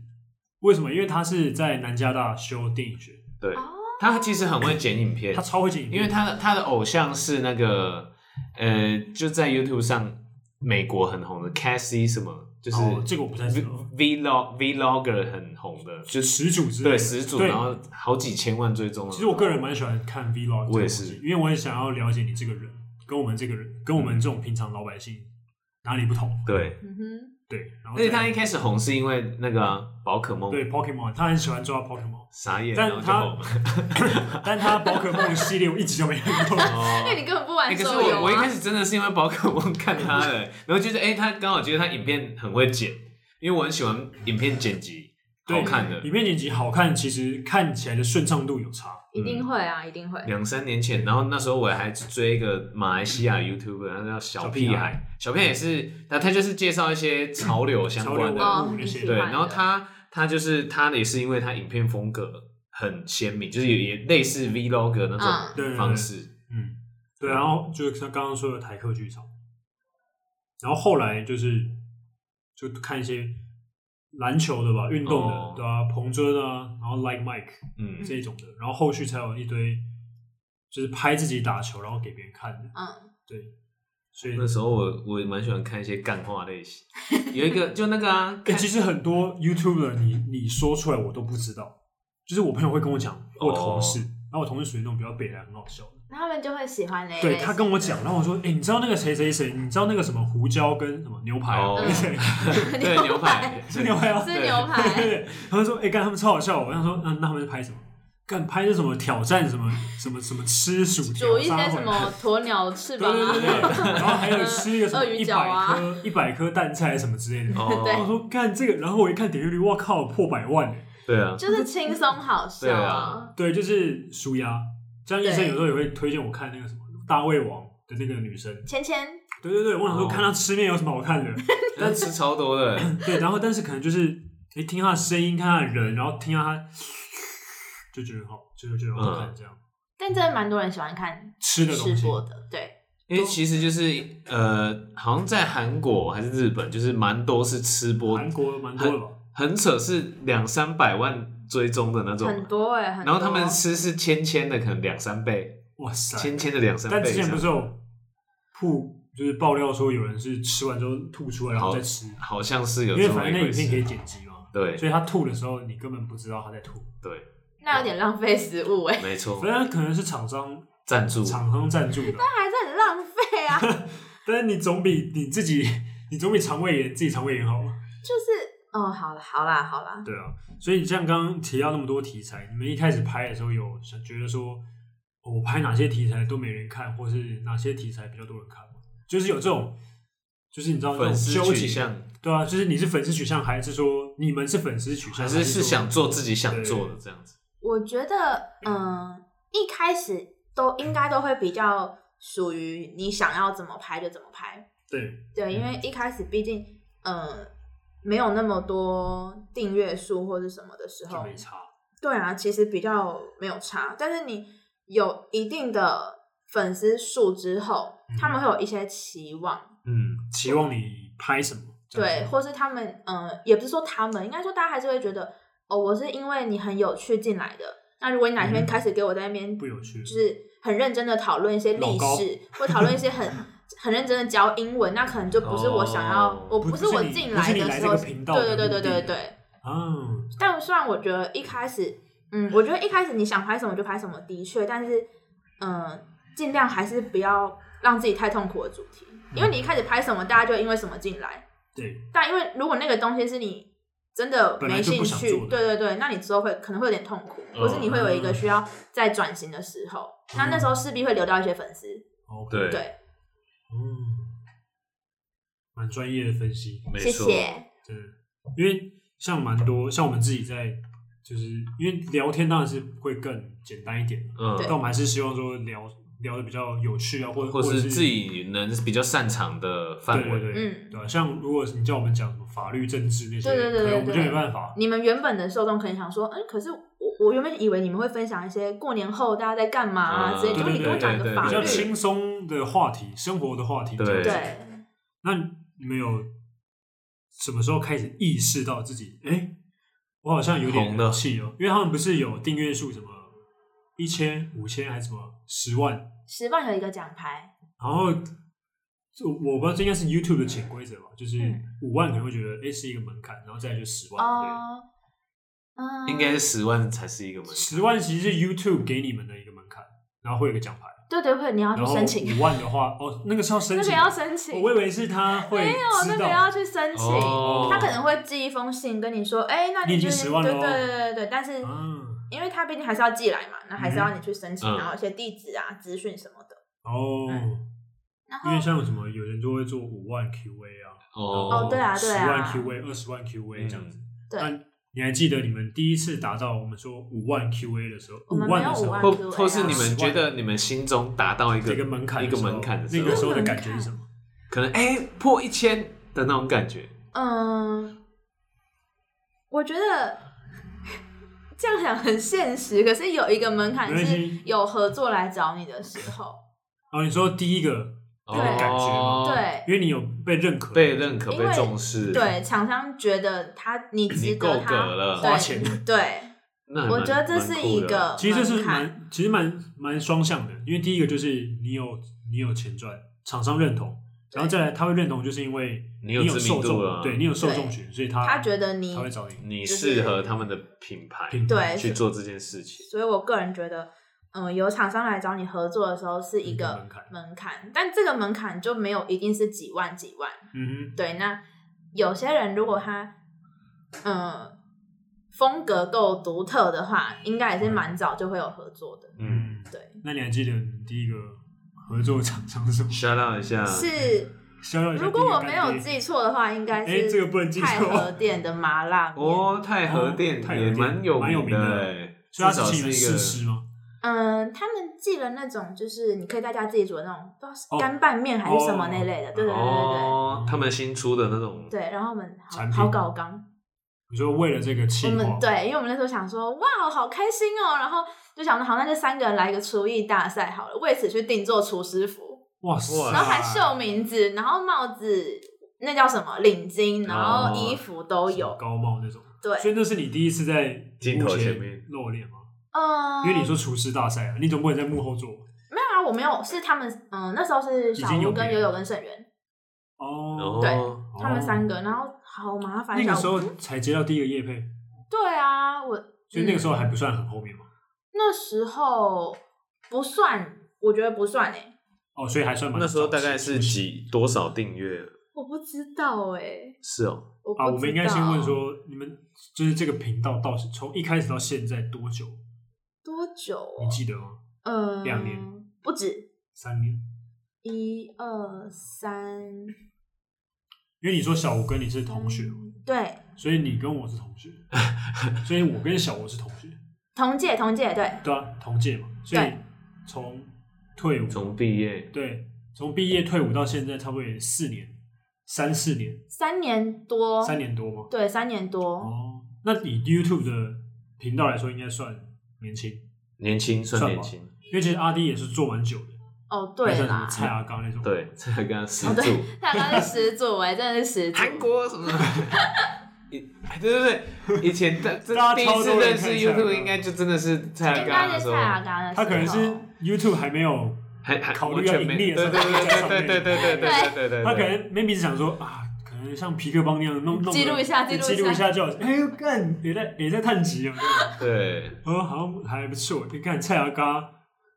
[SPEAKER 1] 为什么？因为他是在南加大修电影学，
[SPEAKER 2] 对
[SPEAKER 3] 哦
[SPEAKER 2] 他其实很会剪影片
[SPEAKER 1] 他，超会剪影
[SPEAKER 2] 因
[SPEAKER 1] 片，
[SPEAKER 2] 为他的他的偶像是那个呃，就在 YouTube 上美国很红的 Cassie 什么，就是
[SPEAKER 1] 哦这个我不太知道
[SPEAKER 2] V Vlog Vlogger 很红的，
[SPEAKER 1] 就始祖之类的
[SPEAKER 2] 对始祖，
[SPEAKER 1] 对
[SPEAKER 2] 然后好几千万追踪了。
[SPEAKER 1] 其实我个人蛮喜欢看 vlog，
[SPEAKER 2] 我
[SPEAKER 1] 这种
[SPEAKER 2] 也
[SPEAKER 1] 东
[SPEAKER 2] 是
[SPEAKER 1] 西因为我也想要了解你这个人，跟我们这个人，跟我们这种平常老百姓哪里不同。
[SPEAKER 2] 对，
[SPEAKER 3] 嗯哼，
[SPEAKER 1] 对，然后
[SPEAKER 2] 而且
[SPEAKER 1] 再
[SPEAKER 2] 他一开始红是因为那个啊宝可梦，
[SPEAKER 1] 对 Pokemon，他很喜欢抓 Pokemon，
[SPEAKER 2] 傻眼，
[SPEAKER 1] 但
[SPEAKER 2] 然后就
[SPEAKER 1] 他
[SPEAKER 2] 红了。
[SPEAKER 1] 但他宝可梦系列我一直都没看 过。
[SPEAKER 2] 哦
[SPEAKER 3] 因 为你根本不玩
[SPEAKER 2] 欸可是
[SPEAKER 3] 手游
[SPEAKER 2] 我我一开
[SPEAKER 3] 啊。
[SPEAKER 2] 始真的是因为宝可梦看他的，然后就是哎、欸他刚好觉得他影片很会剪，因为我很喜欢影片剪辑，
[SPEAKER 1] 对
[SPEAKER 2] 好看的
[SPEAKER 1] 里。面剪辑好看，其实看起来的顺畅度有差。
[SPEAKER 3] 一
[SPEAKER 2] 嗯
[SPEAKER 3] 定会啊，一定会。
[SPEAKER 2] 两三年前，然后那时候我还追一个马来西亚 YouTuber，他叫小屁
[SPEAKER 1] 小屁
[SPEAKER 2] 孩，小屁孩也是，那他就是介绍一些潮流相
[SPEAKER 1] 潮流
[SPEAKER 2] 关的，
[SPEAKER 1] 文
[SPEAKER 3] 哦
[SPEAKER 1] 物那
[SPEAKER 3] 你
[SPEAKER 1] 些
[SPEAKER 3] 喜
[SPEAKER 2] 对，
[SPEAKER 1] 的，
[SPEAKER 3] 欢
[SPEAKER 2] 然后
[SPEAKER 3] 的
[SPEAKER 2] 他他就是他也是因为他影片风格很鲜明，就是也也类似 Vlog 那
[SPEAKER 1] 对对
[SPEAKER 3] 嗯
[SPEAKER 2] 种
[SPEAKER 1] 对
[SPEAKER 2] 方式，
[SPEAKER 1] 嗯，对。然后就是像刚刚说的台客剧场，然后后来就是就看一些篮球的吧，运动的，
[SPEAKER 2] 哦
[SPEAKER 1] 对啊，彭尊啊，然后 Like Mike，
[SPEAKER 2] 嗯，
[SPEAKER 1] 这一种的，然后后续才有一堆就是拍自己打球，然后给别人看的，
[SPEAKER 3] 嗯，
[SPEAKER 1] 对，所以、
[SPEAKER 2] 那时候我我也蛮喜欢看一些干话类型，有一个就那个 啊，
[SPEAKER 1] 欸
[SPEAKER 2] 看
[SPEAKER 1] 其实很多 YouTuber 你你说出来我都不知道，就是我朋友会跟我讲，或我同
[SPEAKER 2] 哦
[SPEAKER 1] 事，然后我同事属于那种比较北来很好笑的，
[SPEAKER 3] 那他们就会喜欢嘞。
[SPEAKER 1] 对他跟我讲，然后我说，哎、你知道那个谁谁谁，你知道那个什么胡椒跟什么牛排、啊，
[SPEAKER 2] 哦
[SPEAKER 1] 那谁
[SPEAKER 2] 对牛排
[SPEAKER 1] 是牛排啊，
[SPEAKER 3] 吃
[SPEAKER 1] 对
[SPEAKER 3] 牛
[SPEAKER 1] 对
[SPEAKER 3] 排，
[SPEAKER 1] 对，他们说，哎、干他们超好笑，我想说，嗯、那他们在拍什么？干拍的什么挑战什么什么什么吃薯条，
[SPEAKER 3] 煮一
[SPEAKER 1] 杀
[SPEAKER 3] 些
[SPEAKER 1] 回
[SPEAKER 3] 什
[SPEAKER 1] 来
[SPEAKER 3] 么鸵鸟翅
[SPEAKER 1] 对
[SPEAKER 3] 膀
[SPEAKER 1] 对对
[SPEAKER 3] 啊，
[SPEAKER 1] 对，然后还有吃一个什么
[SPEAKER 3] 鳄
[SPEAKER 1] 一
[SPEAKER 3] 鱼脚
[SPEAKER 1] 百
[SPEAKER 3] 啊
[SPEAKER 1] 颗一百颗蛋菜什么之 类的。
[SPEAKER 3] 对
[SPEAKER 1] 我
[SPEAKER 2] 哦，
[SPEAKER 1] 说干这个，然后我一看点阅率，哇靠，破百万欸
[SPEAKER 2] 对啊，
[SPEAKER 3] 就是轻松好
[SPEAKER 2] 对
[SPEAKER 3] 笑
[SPEAKER 2] 啊。
[SPEAKER 1] 对，就是舒压。像医生
[SPEAKER 3] 对
[SPEAKER 1] 有时候也会推荐我看那个什么大胃王的那个女生，
[SPEAKER 3] 芊芊，
[SPEAKER 1] 对对对，我想说
[SPEAKER 2] 哦
[SPEAKER 1] 看她吃面有什么好看的？
[SPEAKER 2] 但吃超多的，
[SPEAKER 1] 对，然后但是可能就是哎听她的声音，看她的人，然后听到她就觉得好，就觉得好
[SPEAKER 2] 嗯
[SPEAKER 1] 看这样。
[SPEAKER 3] 但真的蛮多人喜欢看
[SPEAKER 1] 吃的东
[SPEAKER 3] 吃
[SPEAKER 1] 西，
[SPEAKER 3] 播的，对，
[SPEAKER 2] 因为其实就是呃，好像在韩国还是日本，就是蛮多是吃播，
[SPEAKER 1] 韩国蛮多的吧？
[SPEAKER 2] 很扯是两三百万追踪的那种，
[SPEAKER 3] 很多哎，很多。
[SPEAKER 2] 然后他们吃是千千的，可能两三倍，
[SPEAKER 1] 哇塞！
[SPEAKER 2] 千千的两三倍
[SPEAKER 1] 但
[SPEAKER 2] 以
[SPEAKER 1] 之
[SPEAKER 2] 上。
[SPEAKER 1] 前不是有曝，就是爆料说有人是吃完之后吐出来，然后再吃，
[SPEAKER 2] 好像是有
[SPEAKER 1] 因
[SPEAKER 2] 这
[SPEAKER 1] 为
[SPEAKER 2] 么
[SPEAKER 1] 反正那
[SPEAKER 2] 一回
[SPEAKER 1] 影片可以
[SPEAKER 2] 事，啊
[SPEAKER 1] 剪辑嘛，
[SPEAKER 2] 对
[SPEAKER 1] 所以他吐的时候你根本不知道他在吐，
[SPEAKER 2] 对，
[SPEAKER 3] 那有点浪费食物哎，
[SPEAKER 2] 没错
[SPEAKER 1] 虽，然可能是厂商
[SPEAKER 2] 赞助
[SPEAKER 1] 厂商赞助的，
[SPEAKER 3] 还是很浪费 啊。
[SPEAKER 1] 但是你总比你自己你总比肠胃炎自己肠胃炎好嘛，
[SPEAKER 3] 就是哦，好了，好啦，好啦，
[SPEAKER 1] 对啊，所以你像刚刚提到那么多题材，你们一开始拍的时候有想觉得说，哦我拍哪些题材都没人看，或是哪些题材比较多人看吗？就是有这种，就是你知道那种
[SPEAKER 2] 粉丝
[SPEAKER 1] 纠
[SPEAKER 2] 取
[SPEAKER 1] 结，
[SPEAKER 2] 向，
[SPEAKER 1] 对啊，就是你是粉丝取向，还是说你们是粉丝取向，
[SPEAKER 2] 还是是
[SPEAKER 1] 说
[SPEAKER 2] 想做自己想做的这样子。
[SPEAKER 3] 我觉得，嗯、一开始都应该都会比较属于你想要怎么拍就怎么拍，
[SPEAKER 1] 对
[SPEAKER 3] 对，因
[SPEAKER 2] 嗯
[SPEAKER 3] 为一开始毕竟，嗯、没有那么多订阅数或者什么的时
[SPEAKER 1] 就
[SPEAKER 3] 候
[SPEAKER 1] 没，差。
[SPEAKER 3] 对啊，其实比较没有差，但是你有一定的粉丝数之后，
[SPEAKER 1] 嗯
[SPEAKER 3] 他们会有一些期望，
[SPEAKER 1] 嗯，期望你拍什么？这
[SPEAKER 3] 对，
[SPEAKER 1] 样子
[SPEAKER 3] 或是他们，嗯、也不是说他们，应该说大家还是会觉得，哦，我是因为你很有趣进来的。那如果你哪天
[SPEAKER 1] 嗯
[SPEAKER 3] 开始给我在那边，
[SPEAKER 1] 不有趣
[SPEAKER 3] 就。是很认真的讨论一些
[SPEAKER 1] 老
[SPEAKER 3] 历
[SPEAKER 1] 高
[SPEAKER 3] 史，或讨论一些很很认真的教英文，那可能就不是我想要，
[SPEAKER 2] 哦
[SPEAKER 3] 我
[SPEAKER 1] 不
[SPEAKER 3] 是
[SPEAKER 1] 不是
[SPEAKER 3] 我
[SPEAKER 1] 你
[SPEAKER 3] 进
[SPEAKER 1] 不是你
[SPEAKER 3] 的
[SPEAKER 1] 来
[SPEAKER 3] 时
[SPEAKER 1] 这
[SPEAKER 3] 候，
[SPEAKER 1] 个频道的
[SPEAKER 3] 对对对
[SPEAKER 1] 目的
[SPEAKER 3] 对对对。
[SPEAKER 1] 嗯，
[SPEAKER 3] 但虽然我觉得一开始，嗯，我觉得一开始你想拍什么就拍什么，的确，但是，嗯、尽量还是不要让自己太痛苦的主题，因为你一开始拍什么，大家就因为什么进来。
[SPEAKER 1] 对，
[SPEAKER 3] 但因为如果那个东西是你真的
[SPEAKER 1] 本来
[SPEAKER 3] 没
[SPEAKER 1] 就
[SPEAKER 3] 兴
[SPEAKER 1] 不想
[SPEAKER 3] 趣，
[SPEAKER 1] 做的
[SPEAKER 3] 对对对，那你之后会可能会有点痛苦，
[SPEAKER 2] 嗯
[SPEAKER 3] 或是你会有一个需要再转型的时候，那那时候势必会流掉一些粉丝。
[SPEAKER 1] o
[SPEAKER 2] 对
[SPEAKER 3] 对，
[SPEAKER 1] 嗯，蛮专业的分析，
[SPEAKER 2] 没
[SPEAKER 3] 谢
[SPEAKER 2] 错，
[SPEAKER 3] 谢。
[SPEAKER 1] 真的，因为像蛮多，像我们自己在，就是因为聊天当然是会更简单一点，但
[SPEAKER 2] 嗯，
[SPEAKER 1] 我们还是希望说聊聊的比较有趣啊，或
[SPEAKER 2] 或
[SPEAKER 1] 者
[SPEAKER 2] 是
[SPEAKER 1] 是
[SPEAKER 2] 自己能比较擅长的范
[SPEAKER 1] 对对对，
[SPEAKER 2] 围，
[SPEAKER 3] 嗯
[SPEAKER 1] 对啊像如果你叫我们讲什么法律、政治那些，
[SPEAKER 3] 对对对对
[SPEAKER 1] 可能我们就
[SPEAKER 3] 对
[SPEAKER 1] 没办法，
[SPEAKER 3] 你们原本的受众可能想说，嗯，可是我我原本以为你们会分享一些过年后大家在干嘛啊
[SPEAKER 2] 啊
[SPEAKER 3] 之类，
[SPEAKER 1] 对
[SPEAKER 3] 结果
[SPEAKER 1] 对
[SPEAKER 3] 你跟我讲一
[SPEAKER 2] 对
[SPEAKER 3] 个
[SPEAKER 2] 对
[SPEAKER 3] 法
[SPEAKER 1] 比较
[SPEAKER 3] 律，
[SPEAKER 1] 轻松的话题，生活的话题。
[SPEAKER 2] 对
[SPEAKER 1] 这样子
[SPEAKER 3] 对，
[SPEAKER 1] 那你们有什么时候开始意识到自己？哎、我好像有
[SPEAKER 2] 红
[SPEAKER 1] 点
[SPEAKER 2] 了
[SPEAKER 1] 气哦，因为他们不是有订阅数什么一千、五千还是什么十万，
[SPEAKER 3] 十万有一个奖牌，
[SPEAKER 1] 然后这我不知道这应该是 YouTube 的潜规则吧，就是
[SPEAKER 3] 嗯
[SPEAKER 1] 五万可能会觉得哎、诶是一个门槛，然后再来就十万，
[SPEAKER 3] 哦，嗯，
[SPEAKER 2] 应该是十万才是一个门
[SPEAKER 1] 对，
[SPEAKER 2] 槛。
[SPEAKER 1] 十万其实是 YouTube 给你们的一个门槛，然后会有一个奖牌，
[SPEAKER 3] 对对会，你要去
[SPEAKER 1] 然后
[SPEAKER 3] 啊申请，
[SPEAKER 1] 五万的话，哦，那个是要申
[SPEAKER 3] 那
[SPEAKER 1] 请
[SPEAKER 3] 个
[SPEAKER 1] 的，
[SPEAKER 3] 要申请，
[SPEAKER 1] 我以为是他会
[SPEAKER 3] 没有那
[SPEAKER 1] 知
[SPEAKER 3] 个
[SPEAKER 1] 道，
[SPEAKER 3] 要去申请，
[SPEAKER 2] 哦
[SPEAKER 3] 他可能会寄一封信跟你说，哎，那
[SPEAKER 1] 你已
[SPEAKER 3] 就
[SPEAKER 1] 经
[SPEAKER 3] 是
[SPEAKER 1] 10万了
[SPEAKER 3] 对
[SPEAKER 1] 哦
[SPEAKER 3] 对对对对，但是
[SPEAKER 1] 啊
[SPEAKER 3] 因为他毕竟还是要寄来嘛，那还是要你去申请，
[SPEAKER 2] 嗯
[SPEAKER 3] 然后一些地址啊、资讯什么的，
[SPEAKER 1] 哦。
[SPEAKER 3] 嗯然后
[SPEAKER 1] 因为像什么，有人就会做五万 QA 啊，
[SPEAKER 2] 哦
[SPEAKER 3] 哦对啊
[SPEAKER 1] 十万 QA、二十万
[SPEAKER 2] 嗯
[SPEAKER 1] QA 这样子。
[SPEAKER 3] 对，
[SPEAKER 1] 但你还记得你们第一次达到我们说五万 QA 的时候，
[SPEAKER 3] 我们
[SPEAKER 1] 万
[SPEAKER 3] 没有
[SPEAKER 1] 的时
[SPEAKER 3] 五万
[SPEAKER 1] 候，
[SPEAKER 2] 或
[SPEAKER 3] QA 啊
[SPEAKER 2] 或是你们觉得你们心中达到一个
[SPEAKER 1] 这个门槛
[SPEAKER 2] 一
[SPEAKER 1] 的时
[SPEAKER 2] 个
[SPEAKER 1] 候，
[SPEAKER 2] 门槛的时
[SPEAKER 1] 那个时
[SPEAKER 2] 候，
[SPEAKER 1] 候的感觉是什么？
[SPEAKER 2] 可能哎、破一千的那种感觉，
[SPEAKER 3] 嗯，我觉得这样讲很现实，可是有一个门槛
[SPEAKER 1] 没关
[SPEAKER 3] 是
[SPEAKER 1] 系
[SPEAKER 3] 有合作来找你的时候，
[SPEAKER 1] 哦，你说第一个，
[SPEAKER 2] 哦
[SPEAKER 3] 那个
[SPEAKER 1] 感觉吗，
[SPEAKER 3] 对。
[SPEAKER 1] 因为你有被认可，
[SPEAKER 2] 被认可
[SPEAKER 3] 因
[SPEAKER 2] 被
[SPEAKER 3] 为
[SPEAKER 2] 重视，
[SPEAKER 3] 对，厂商觉得他你值
[SPEAKER 2] 够
[SPEAKER 3] 得
[SPEAKER 2] 格
[SPEAKER 3] 他
[SPEAKER 2] 了
[SPEAKER 1] 花钱
[SPEAKER 3] 对对，
[SPEAKER 2] 那还蛮，
[SPEAKER 3] 我觉得这是一个
[SPEAKER 1] 其实这是
[SPEAKER 3] 门槛
[SPEAKER 1] 蛮，其实蛮蛮双向的，因为第一个就是你有你有钱赚，厂商认同，然后再来他会认同，就是因为
[SPEAKER 2] 你有
[SPEAKER 1] 有
[SPEAKER 2] 知名
[SPEAKER 1] 受
[SPEAKER 2] 度啊
[SPEAKER 1] 众，
[SPEAKER 2] 了
[SPEAKER 1] 对你有受
[SPEAKER 3] 对
[SPEAKER 1] 众群，所以他
[SPEAKER 3] 他觉得你
[SPEAKER 1] 他会找你。
[SPEAKER 2] 蛮酷的你
[SPEAKER 3] 就是
[SPEAKER 2] 适合他们的品牌
[SPEAKER 1] 品
[SPEAKER 3] 对
[SPEAKER 2] 去做这件事情，
[SPEAKER 3] 所以我个人觉得，嗯，有厂商来找你合作的时候是一
[SPEAKER 1] 一个
[SPEAKER 3] 个
[SPEAKER 1] 门槛
[SPEAKER 3] 门槛，但这个门槛就没有一定是几万几万。
[SPEAKER 1] 嗯
[SPEAKER 3] 对，那有些人如果他，嗯，风格够独特的话，应该也是蛮早就会有合作的。
[SPEAKER 1] 哼，
[SPEAKER 2] 嗯，
[SPEAKER 3] 对，
[SPEAKER 1] 那你还记得你第一个合作厂商是什么？
[SPEAKER 2] ，shout out 一下，
[SPEAKER 3] 是
[SPEAKER 1] 销量一下
[SPEAKER 3] 如
[SPEAKER 1] 第一个干爹。
[SPEAKER 3] 果我没有记错的话，应该
[SPEAKER 1] 哎这个不能
[SPEAKER 3] 是
[SPEAKER 1] 记
[SPEAKER 3] 太
[SPEAKER 1] 错
[SPEAKER 3] 和店的麻辣面。
[SPEAKER 2] 哦，太和店
[SPEAKER 1] 太和
[SPEAKER 2] 也
[SPEAKER 1] 店
[SPEAKER 2] 蛮有
[SPEAKER 1] 蛮有名的
[SPEAKER 2] 哎，至
[SPEAKER 1] 所以他
[SPEAKER 2] 少
[SPEAKER 1] 是请
[SPEAKER 2] 是
[SPEAKER 1] 你
[SPEAKER 2] 一
[SPEAKER 1] 试
[SPEAKER 2] 个
[SPEAKER 1] 吃吗？
[SPEAKER 3] 嗯，他们寄了那种，就是你可以在家自己煮的那种，不知道是
[SPEAKER 1] 哦
[SPEAKER 3] 干拌面还是什么
[SPEAKER 1] 哦
[SPEAKER 3] 那类的，对对对对对。
[SPEAKER 2] 哦，他们新出的那种，
[SPEAKER 3] 对，然后我们好
[SPEAKER 1] 产品
[SPEAKER 3] 好搞刚，
[SPEAKER 1] 你说为了这个
[SPEAKER 3] 我
[SPEAKER 1] 计划
[SPEAKER 3] 们，对，因为我们那时候想说，哇，好开心哦，然后就想说，好，那就三个人来一个厨艺大赛好了，为此去定做厨师服，
[SPEAKER 1] 哇塞，
[SPEAKER 2] 哇
[SPEAKER 3] 然后还绣名字，然后帽子，那叫什么领巾，然
[SPEAKER 2] 哦
[SPEAKER 3] 后衣服都有，
[SPEAKER 1] 高帽那种，
[SPEAKER 3] 对，
[SPEAKER 1] 所以那是你第一次在
[SPEAKER 2] 镜头
[SPEAKER 1] 幕
[SPEAKER 2] 前面
[SPEAKER 1] 露脸吗？
[SPEAKER 3] 嗯，
[SPEAKER 1] 因为你说厨师大赛啊，你总不能在幕后做吧
[SPEAKER 3] 没有啊，我没有，是他们，嗯，那时候是小
[SPEAKER 1] 已经有
[SPEAKER 3] 吴跟
[SPEAKER 1] 别
[SPEAKER 3] 友
[SPEAKER 1] 人
[SPEAKER 3] 友跟沈源
[SPEAKER 1] 哦
[SPEAKER 3] 对
[SPEAKER 2] 哦，
[SPEAKER 3] 他们三
[SPEAKER 1] 个。
[SPEAKER 3] 个，然后好麻烦，
[SPEAKER 1] 那
[SPEAKER 3] 小
[SPEAKER 1] 个
[SPEAKER 3] 吴
[SPEAKER 1] 时候才接到第一个叶配，
[SPEAKER 3] 对啊，我
[SPEAKER 1] 所以那个时候
[SPEAKER 3] 嗯
[SPEAKER 1] 还不算很后面嘛。
[SPEAKER 3] 那时候不算，我觉得不算欸诶、
[SPEAKER 1] 哦，所以还算蛮
[SPEAKER 2] 那时候大概
[SPEAKER 1] 早
[SPEAKER 2] 是
[SPEAKER 1] 期
[SPEAKER 2] 几多少订阅？
[SPEAKER 3] 我不知道诶、
[SPEAKER 2] 是哦，
[SPEAKER 3] 我
[SPEAKER 1] 啊？
[SPEAKER 3] 不
[SPEAKER 1] 我们
[SPEAKER 3] 知
[SPEAKER 1] 应该先
[SPEAKER 3] 道
[SPEAKER 1] 问说，你们就是这个频道到是从一开始到现在多久？
[SPEAKER 3] 多久、哦
[SPEAKER 1] 你？记得吗？
[SPEAKER 3] 呃，
[SPEAKER 1] 两年
[SPEAKER 3] 不止
[SPEAKER 1] 三年？
[SPEAKER 3] 一二三，
[SPEAKER 1] 因为你说小吴跟你是同学嘛，
[SPEAKER 3] 嗯对，
[SPEAKER 1] 所以你跟我是 同学，所以我跟小吴是同学，
[SPEAKER 3] 同届同届对，
[SPEAKER 1] 对啊，同届嘛。所以
[SPEAKER 3] 对
[SPEAKER 1] 从退伍
[SPEAKER 2] 从毕业
[SPEAKER 1] 对，从毕业退伍到现在，差不多也四年，三四年，
[SPEAKER 3] 三年多，
[SPEAKER 1] 三年多吗？
[SPEAKER 3] 对三年多，
[SPEAKER 1] 哦，那以 YouTube 的频道来说，应该算年轻，
[SPEAKER 2] 年轻算
[SPEAKER 1] 算
[SPEAKER 2] 年
[SPEAKER 1] 吧
[SPEAKER 2] 轻，
[SPEAKER 1] 因为其实阿弟也是做蛮久的，
[SPEAKER 3] 哦
[SPEAKER 1] 还
[SPEAKER 3] 对
[SPEAKER 1] 像什么
[SPEAKER 3] 啦，
[SPEAKER 1] 蔡阿刚那种，，
[SPEAKER 2] 对，这还跟他四
[SPEAKER 3] 哦
[SPEAKER 2] 柱
[SPEAKER 3] 对， 他刚是始祖哎、真的是始祖，
[SPEAKER 2] 韩国 什么的。一哎对对对，以前他这
[SPEAKER 1] 大家
[SPEAKER 2] 第
[SPEAKER 1] 超
[SPEAKER 2] 一次
[SPEAKER 1] 多人
[SPEAKER 2] 认识
[SPEAKER 1] 看蔡阿
[SPEAKER 2] YouTube
[SPEAKER 1] 刚
[SPEAKER 2] 应该就真的是蔡阿
[SPEAKER 3] 应
[SPEAKER 2] 刚
[SPEAKER 3] 该
[SPEAKER 2] 的
[SPEAKER 3] 是
[SPEAKER 2] 时候
[SPEAKER 3] 蔡，阿啊刚的时
[SPEAKER 1] 他
[SPEAKER 3] 候，
[SPEAKER 1] 可能是 YouTube 还没有，
[SPEAKER 2] 还还
[SPEAKER 1] 考虑
[SPEAKER 2] 完
[SPEAKER 1] 要
[SPEAKER 2] 全
[SPEAKER 1] 盈
[SPEAKER 2] 没
[SPEAKER 1] 利的
[SPEAKER 2] 对
[SPEAKER 1] 时
[SPEAKER 2] 对
[SPEAKER 1] 候
[SPEAKER 2] 对对对对对对对对对对，
[SPEAKER 1] 他可能 maybe 是想说啊，可能像皮克邦那样弄弄个
[SPEAKER 3] 记录一下
[SPEAKER 1] 对
[SPEAKER 3] 记录一下
[SPEAKER 1] 记录一下就好，哎呦干，也在也在探集啊，
[SPEAKER 2] 对
[SPEAKER 1] 哦，好像还不错。你看蔡阿刚，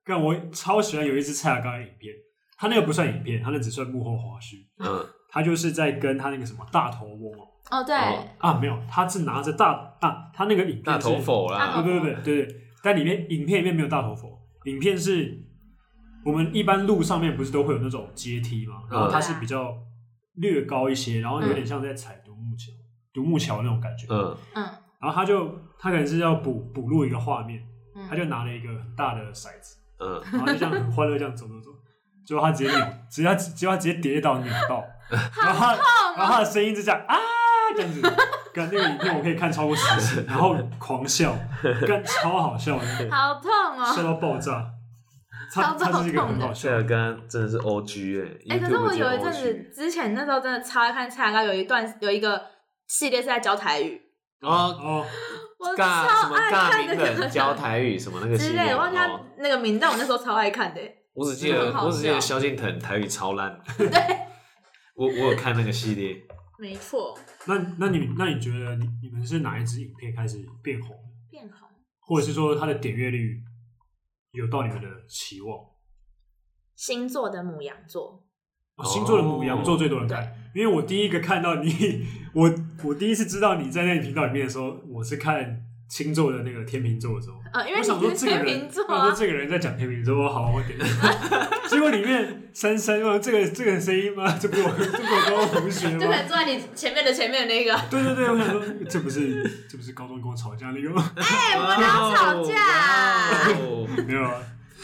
[SPEAKER 1] 看我超喜欢有一支蔡阿刚的影片，他那个不算影片，他那只算幕后花絮。
[SPEAKER 2] 嗯
[SPEAKER 1] 他就是在跟他那个什么大头翁哦
[SPEAKER 3] 哦对，
[SPEAKER 2] 哦
[SPEAKER 1] 啊，没有，他是拿着大啊，他那个影片是
[SPEAKER 2] 大头，否
[SPEAKER 3] 大头
[SPEAKER 2] 啦
[SPEAKER 1] 对，对对对对，但里面影片里面没有大头佛，影片是我们一般路上面不是都会有那种阶梯嘛，然后它是比较略高一些，然后有点像在踩独木桥，独木桥那种感觉。
[SPEAKER 2] 嗯
[SPEAKER 3] 嗯
[SPEAKER 1] 然后他就他可能是要补补录一个画面，
[SPEAKER 3] 嗯，
[SPEAKER 1] 他就拿了一个很大的骰子，
[SPEAKER 2] 嗯，
[SPEAKER 1] 然后就这样很欢乐这样走走走，结果他直接扭，直接他啊直结果他直接跌倒扭到，然后他然后他的声音就这样啊这样子，干那个影片我可以看超过十次，然后狂笑，干超好笑的，
[SPEAKER 3] 好痛
[SPEAKER 1] 笑
[SPEAKER 3] 哦！
[SPEAKER 1] 到爆炸。
[SPEAKER 3] 超
[SPEAKER 1] 他
[SPEAKER 3] 爆
[SPEAKER 1] 他是一个很
[SPEAKER 3] 痛的
[SPEAKER 1] 好笑
[SPEAKER 2] 谢尔刚真的是 O G 哎、
[SPEAKER 3] 哎、可是
[SPEAKER 2] YouTube
[SPEAKER 3] 我有
[SPEAKER 2] 真
[SPEAKER 3] 一阵
[SPEAKER 2] 的 OG
[SPEAKER 3] 子之前那时候真的超爱看蔡康永有一段有一个系列是在教台语，
[SPEAKER 2] 哦，
[SPEAKER 1] 哦，
[SPEAKER 3] 我
[SPEAKER 2] 尬什
[SPEAKER 3] 超
[SPEAKER 2] 么
[SPEAKER 3] 爱
[SPEAKER 2] 尬
[SPEAKER 3] 看那
[SPEAKER 2] 名
[SPEAKER 3] 个
[SPEAKER 2] 人教 台语什么那个系
[SPEAKER 3] 之
[SPEAKER 2] 列
[SPEAKER 3] 类，我忘记他
[SPEAKER 2] 哦，
[SPEAKER 3] 那个名字，但我那时候超爱看的。
[SPEAKER 2] 我只记
[SPEAKER 3] 真的
[SPEAKER 2] 得
[SPEAKER 3] 很好
[SPEAKER 2] 我只记得
[SPEAKER 3] 笑
[SPEAKER 2] 萧敬腾台语超烂，对，我我有看那个系列，
[SPEAKER 3] 没错，
[SPEAKER 1] 那那你那你觉得你你们是哪一支影片开始变红，
[SPEAKER 3] 变红
[SPEAKER 1] 或者是说它的点阅率有到你们的期望？
[SPEAKER 3] 星座的母羊座，
[SPEAKER 1] 哦星座的母羊座最多人看，因为我第一个看到你， 我我第一次知道你在那个频道里面的时候，我是看星座的那个天秤座的时候，
[SPEAKER 3] 呃，因为
[SPEAKER 1] 我想说
[SPEAKER 3] 你
[SPEAKER 1] 这
[SPEAKER 3] 是
[SPEAKER 1] 个
[SPEAKER 3] 天
[SPEAKER 1] 人
[SPEAKER 3] 秤，座、
[SPEAKER 1] 我想
[SPEAKER 3] 啊
[SPEAKER 1] 说，这个人在讲天秤座，我好，我点。 结果里面珊珊，我这个这个声音吗？ 这不是我，这不是我高中同学
[SPEAKER 3] 就
[SPEAKER 1] 吗
[SPEAKER 3] 可？能坐在你前面的前面的那个，
[SPEAKER 1] 对对对，我想说，这不是这不是高中跟我吵架那个吗？
[SPEAKER 3] 哎、我们要吵架，
[SPEAKER 2] 哦
[SPEAKER 1] 没有啊。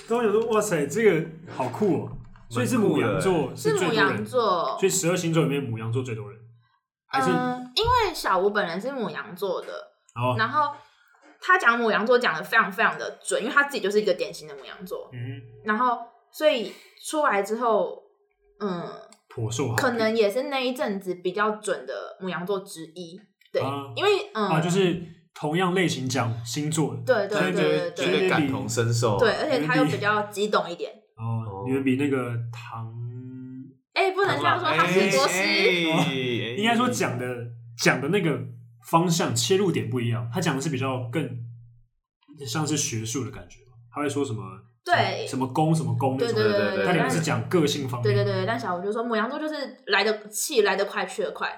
[SPEAKER 1] 然后我想说，哇塞，这个好酷欸哦！所以是母羊座
[SPEAKER 3] 是
[SPEAKER 1] 最多
[SPEAKER 3] 母羊
[SPEAKER 1] 人，
[SPEAKER 3] 座
[SPEAKER 1] 所，以十二星座里面母羊座最多人，还是
[SPEAKER 3] 嗯，因为小吴本人是母羊座的，
[SPEAKER 1] 哦，
[SPEAKER 3] 然后他讲母羊座讲的非常非常的准，因为他自己就是一个典型的母羊座，
[SPEAKER 1] 嗯，
[SPEAKER 3] 然后所以出来之后，嗯，
[SPEAKER 1] 颇受好评
[SPEAKER 3] 可能也是那一阵子比较准的母羊座之一，对，
[SPEAKER 1] 啊
[SPEAKER 3] 因为嗯，
[SPEAKER 1] 啊，就是同样类型讲星座的，
[SPEAKER 3] 对对
[SPEAKER 1] 所以就
[SPEAKER 3] 对对
[SPEAKER 1] 所以
[SPEAKER 2] 觉
[SPEAKER 1] 就
[SPEAKER 2] 得
[SPEAKER 1] 比
[SPEAKER 2] 感同身受啊，
[SPEAKER 3] 对，而且他又
[SPEAKER 1] 因为
[SPEAKER 3] 比较激动一点，
[SPEAKER 1] 哦
[SPEAKER 2] 哦，
[SPEAKER 1] 你们比那个唐，
[SPEAKER 3] 哎、不能这样说，他
[SPEAKER 1] 哎
[SPEAKER 3] 是国师。
[SPEAKER 1] 哦
[SPEAKER 2] 哎
[SPEAKER 1] 应
[SPEAKER 2] 应
[SPEAKER 1] 该说讲的讲的那个方向切入点不一样，他讲的是比较更像是学术的感觉嘛，他会说什么
[SPEAKER 3] 对
[SPEAKER 1] 什么宫什么宫那
[SPEAKER 3] 对
[SPEAKER 1] 种
[SPEAKER 3] 对
[SPEAKER 1] 的，
[SPEAKER 3] 对对，
[SPEAKER 1] 他
[SPEAKER 2] 对
[SPEAKER 1] 里
[SPEAKER 3] 但
[SPEAKER 1] 面是讲个性方
[SPEAKER 3] 对
[SPEAKER 1] 面，
[SPEAKER 3] 对对，但小吴就说母羊座就是来的气来得快去得快，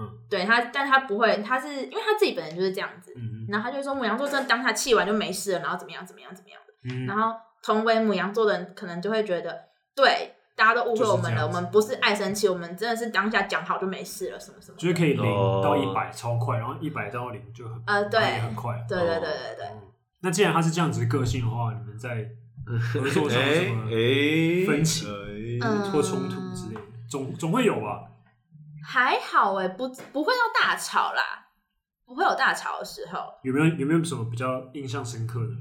[SPEAKER 1] 嗯，
[SPEAKER 3] 对他，但他不会，他是因为他自己本人就是这样子，
[SPEAKER 1] 嗯
[SPEAKER 3] 然后他就说母羊座真的当他气完就没事了，然后怎么样怎么样怎么样的，
[SPEAKER 1] 嗯
[SPEAKER 3] 然
[SPEAKER 1] 嗯，
[SPEAKER 3] 后同为母羊座的人可能就会觉得，对，大家都误会我们
[SPEAKER 1] 就是这
[SPEAKER 3] 了，
[SPEAKER 1] 样
[SPEAKER 3] 我
[SPEAKER 1] 子
[SPEAKER 3] 们不是爱生气，我们真的是当下讲好就没事了，什么什么的，
[SPEAKER 1] 就是可以零
[SPEAKER 2] 哦
[SPEAKER 1] 到一百超快，然后一百到零就很
[SPEAKER 3] 呃对
[SPEAKER 1] 然后也很快，
[SPEAKER 3] 对对对对对，
[SPEAKER 1] 嗯。那既然他是这样子的个性的话，你们在合作 上有什么
[SPEAKER 2] 哎
[SPEAKER 1] 分歧
[SPEAKER 2] 哎
[SPEAKER 3] 嗯
[SPEAKER 1] 或冲突之类的，总总会有吧？
[SPEAKER 3] 还好哎、不不会到大吵啦，不会有大吵的时候，
[SPEAKER 1] 有没有有没有什么比较印象深刻的？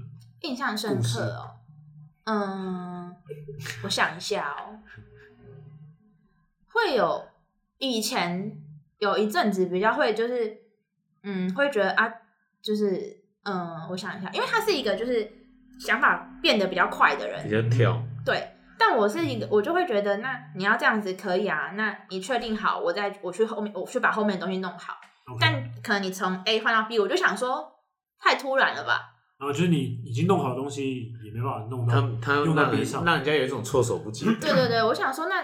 [SPEAKER 3] 印象深
[SPEAKER 1] 故事
[SPEAKER 3] 刻哦。嗯，我想一下哦，会有以前有一阵子比较会就是，嗯，会觉得啊，就是嗯，我想一下，因为他是一个就是想法变得比较快的
[SPEAKER 2] 比
[SPEAKER 3] 人，
[SPEAKER 2] 较跳，
[SPEAKER 3] 对。但我是一个，我就会觉得，那你要这样子可以啊，那你确定好，我再我去后面，我去把后面的东西弄好。
[SPEAKER 1] OK
[SPEAKER 3] 但可能你从 A 换到 B，我就想说，太突然了吧，
[SPEAKER 1] 然后就是你已经弄好的东西也没办法弄
[SPEAKER 2] 他
[SPEAKER 1] 到，
[SPEAKER 2] 他
[SPEAKER 1] 嗯用到
[SPEAKER 2] 让
[SPEAKER 1] 地
[SPEAKER 2] 人
[SPEAKER 1] 上
[SPEAKER 2] 让人家有一种措手不及，
[SPEAKER 3] 对对对，我想说那，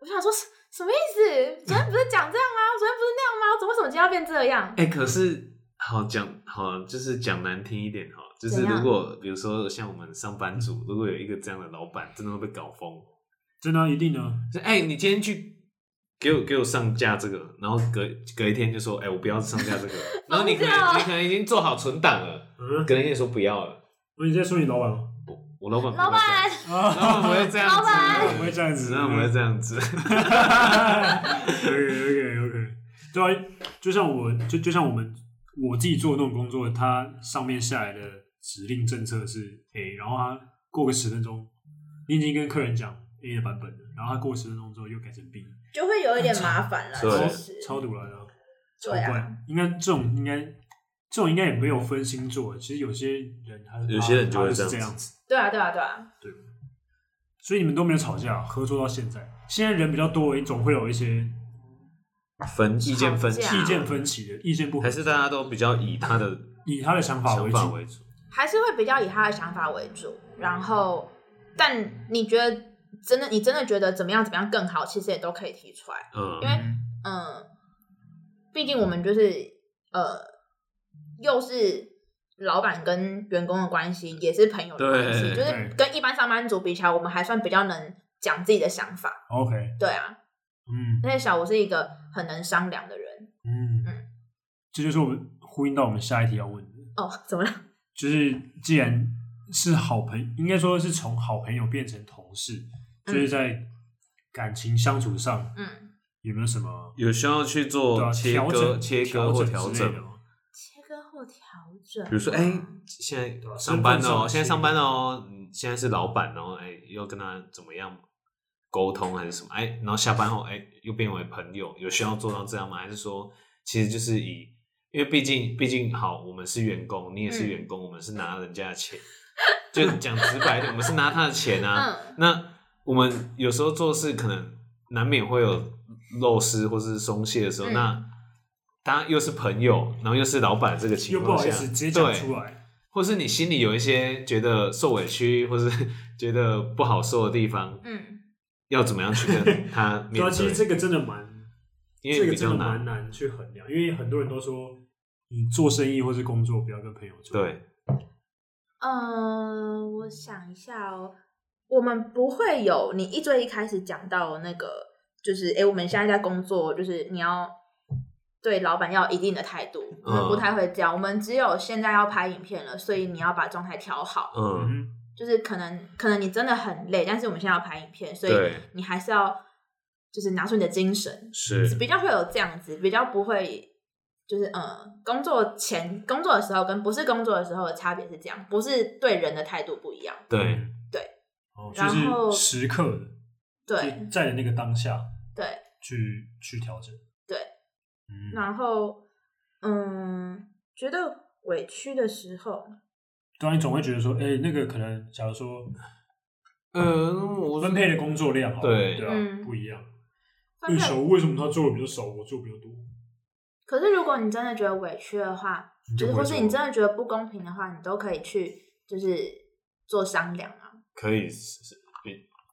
[SPEAKER 3] 我想说什什么意思？昨天不是讲这样吗？昨天不是那样吗？怎么为什么今天要变这样？
[SPEAKER 2] 哎、可是好讲好，就是讲难听一点哈，就是
[SPEAKER 3] 怎样
[SPEAKER 2] 如果比如说像我们上班族，如果有一个这样的老板，真的会被搞疯。
[SPEAKER 1] 真的啊、一定呢。
[SPEAKER 2] 就哎、你今天去给我给我上架这个，然后隔隔一天就说，哎、我不要上架这 个，然后你可
[SPEAKER 3] 疯掉
[SPEAKER 2] 能你可能已经做好存档了，
[SPEAKER 1] 嗯，
[SPEAKER 2] 隔一天就说不要了。
[SPEAKER 1] 那你在说你老板吗？
[SPEAKER 2] 我老板不会
[SPEAKER 3] 老板，
[SPEAKER 1] 嗯
[SPEAKER 2] 这样， 老板不会这样子，
[SPEAKER 3] 老板
[SPEAKER 1] 不会这样子，
[SPEAKER 2] 只让我会这样子。
[SPEAKER 1] OK OK OK，对啊，就像我就就像我们我自己做那种工作，它上面下来的指令政策是 A，然后它过个十分钟，你已经跟客人讲 A 的版本了，然后它过十分钟之后又改成 B，
[SPEAKER 3] 就会有一点麻烦了。
[SPEAKER 2] 对
[SPEAKER 3] 其实，
[SPEAKER 1] 超堵了的啊，超
[SPEAKER 3] 对啊
[SPEAKER 1] 怪。应该这种应该这种应该也没有分星座，其实有些人他
[SPEAKER 2] 有些人就
[SPEAKER 1] 他就
[SPEAKER 2] 会
[SPEAKER 1] 是
[SPEAKER 2] 这
[SPEAKER 1] 这
[SPEAKER 2] 样
[SPEAKER 1] 样子，
[SPEAKER 3] 对啊，对啊，对啊，
[SPEAKER 1] 所以你们都没有吵架，合作到现在，现在人比较多，你总会有一些
[SPEAKER 2] 分意见分歧
[SPEAKER 3] 吵，架
[SPEAKER 1] 意见分歧的意见不合
[SPEAKER 2] 还，是大家都比较以他的
[SPEAKER 1] 以他的想法
[SPEAKER 2] 想
[SPEAKER 1] 为
[SPEAKER 2] 法
[SPEAKER 1] 主。
[SPEAKER 2] 为主。
[SPEAKER 3] 还是会比较以他的想法为主。然后，但你觉得真的，你真的觉得怎么样怎么样更好，其实也都可以提出来。
[SPEAKER 2] 嗯
[SPEAKER 3] 因，为嗯，毕竟我们就是呃，又是老板跟员工的关系，也是朋友的关系，
[SPEAKER 2] 对
[SPEAKER 3] 就是跟一般上班族比起来，我们还算比较能讲自己的想法。
[SPEAKER 1] OK，
[SPEAKER 3] 对啊，
[SPEAKER 1] 嗯
[SPEAKER 3] 而且小吴是一个很能商量的人。
[SPEAKER 1] 嗯，这就是我们呼应到我们下一题要问的，
[SPEAKER 3] 哦，怎么了？
[SPEAKER 1] 就是既然是好朋，应该说是从好朋友变成同事，
[SPEAKER 3] 嗯
[SPEAKER 1] 就是在感情相处上
[SPEAKER 3] 嗯，
[SPEAKER 1] 有没有什么
[SPEAKER 2] 有需要去做
[SPEAKER 1] 对啊
[SPEAKER 2] 切
[SPEAKER 1] 调
[SPEAKER 2] 割、
[SPEAKER 1] 整、
[SPEAKER 2] 切割或调
[SPEAKER 1] 之类
[SPEAKER 2] 整
[SPEAKER 1] 的
[SPEAKER 2] 吗
[SPEAKER 1] 吗？
[SPEAKER 3] 切割后调整。
[SPEAKER 2] 比如说，哎、现在
[SPEAKER 1] 对啊
[SPEAKER 2] 上班了
[SPEAKER 1] 身份
[SPEAKER 2] 哦，
[SPEAKER 1] 上
[SPEAKER 2] 现在
[SPEAKER 1] 是
[SPEAKER 2] 上班了哦，嗯现在是老板哦，哎、要跟他怎么样沟通还是什么？哎、然后下班后，哎、又变为朋友，有需要做到这样吗？还是说，其实就是以，因为毕竟毕竟好，我们是员工，你也是
[SPEAKER 3] 嗯
[SPEAKER 2] 员工，我们是拿人家的钱，就讲直白一点，我们是拿他的钱啊。
[SPEAKER 3] 嗯，
[SPEAKER 2] 那我们有时候做事可能难免会有漏失或是松懈的时候，
[SPEAKER 3] 嗯
[SPEAKER 2] 那他又是朋友，然后又是老板这个
[SPEAKER 1] 又
[SPEAKER 2] 情
[SPEAKER 1] 不
[SPEAKER 2] 况
[SPEAKER 1] 好
[SPEAKER 2] 下，
[SPEAKER 1] 意思直接讲
[SPEAKER 2] 对
[SPEAKER 1] 出来，
[SPEAKER 2] 或是你心里有一些觉得受委屈，或是觉得不好受的地方，
[SPEAKER 3] 嗯，
[SPEAKER 2] 要怎么样去跟他面
[SPEAKER 1] 对啊，其实这
[SPEAKER 2] 对？
[SPEAKER 1] 个真的蛮，
[SPEAKER 2] 因
[SPEAKER 1] 这
[SPEAKER 2] 为
[SPEAKER 1] 个
[SPEAKER 2] 比
[SPEAKER 1] 真
[SPEAKER 2] 较
[SPEAKER 1] 的
[SPEAKER 2] 难
[SPEAKER 1] 蛮，难去衡量，因为很多人都说你做生意或是工作不要跟朋友做，
[SPEAKER 2] 对，
[SPEAKER 3] 呃，我想一下哦，我们不会有你一最一开始讲到那个，就是诶，我们现在在工作，就是你要对老板要有一定的态度，我们不太会这样。我们只有现在要拍影片了，所以你要把状态调好。
[SPEAKER 2] 嗯，
[SPEAKER 1] 嗯
[SPEAKER 3] 就是可能可能你真的很累，但是我们现在要拍影片，所以
[SPEAKER 2] 对
[SPEAKER 3] 你还是要就是拿出你的精神，
[SPEAKER 1] 嗯
[SPEAKER 2] 是，
[SPEAKER 3] 比较会有这样子，比较不会就是呃，工作前工作的时候跟不是工作的时候的差别是这样，不是对人的态度不一样。
[SPEAKER 2] 对，
[SPEAKER 1] 嗯
[SPEAKER 3] 对
[SPEAKER 1] 哦，
[SPEAKER 3] 然后
[SPEAKER 1] 就是时刻的，
[SPEAKER 3] 对
[SPEAKER 1] 就在那个当下
[SPEAKER 3] 对，
[SPEAKER 1] 去去调整，
[SPEAKER 3] 对，
[SPEAKER 1] 嗯，
[SPEAKER 3] 然后嗯，觉得委屈的时候，
[SPEAKER 1] 对啊，你总会觉得说，哎、那个可能，假如说
[SPEAKER 2] 呃，我
[SPEAKER 1] 嗯分配的工作量好了，
[SPEAKER 2] 对
[SPEAKER 1] 对啊，
[SPEAKER 3] 嗯
[SPEAKER 1] 不一样。
[SPEAKER 3] 分
[SPEAKER 1] 对
[SPEAKER 3] 配
[SPEAKER 1] 手为什么他做的比较少，我做比较多？
[SPEAKER 3] 可是如果你真的觉得委屈的话，
[SPEAKER 1] 你
[SPEAKER 3] 就是
[SPEAKER 1] 不
[SPEAKER 3] 或
[SPEAKER 1] 会
[SPEAKER 3] 是
[SPEAKER 1] 做
[SPEAKER 3] 你真的觉得不公平的话，你都可以去就是做商量啊，
[SPEAKER 2] 可以是是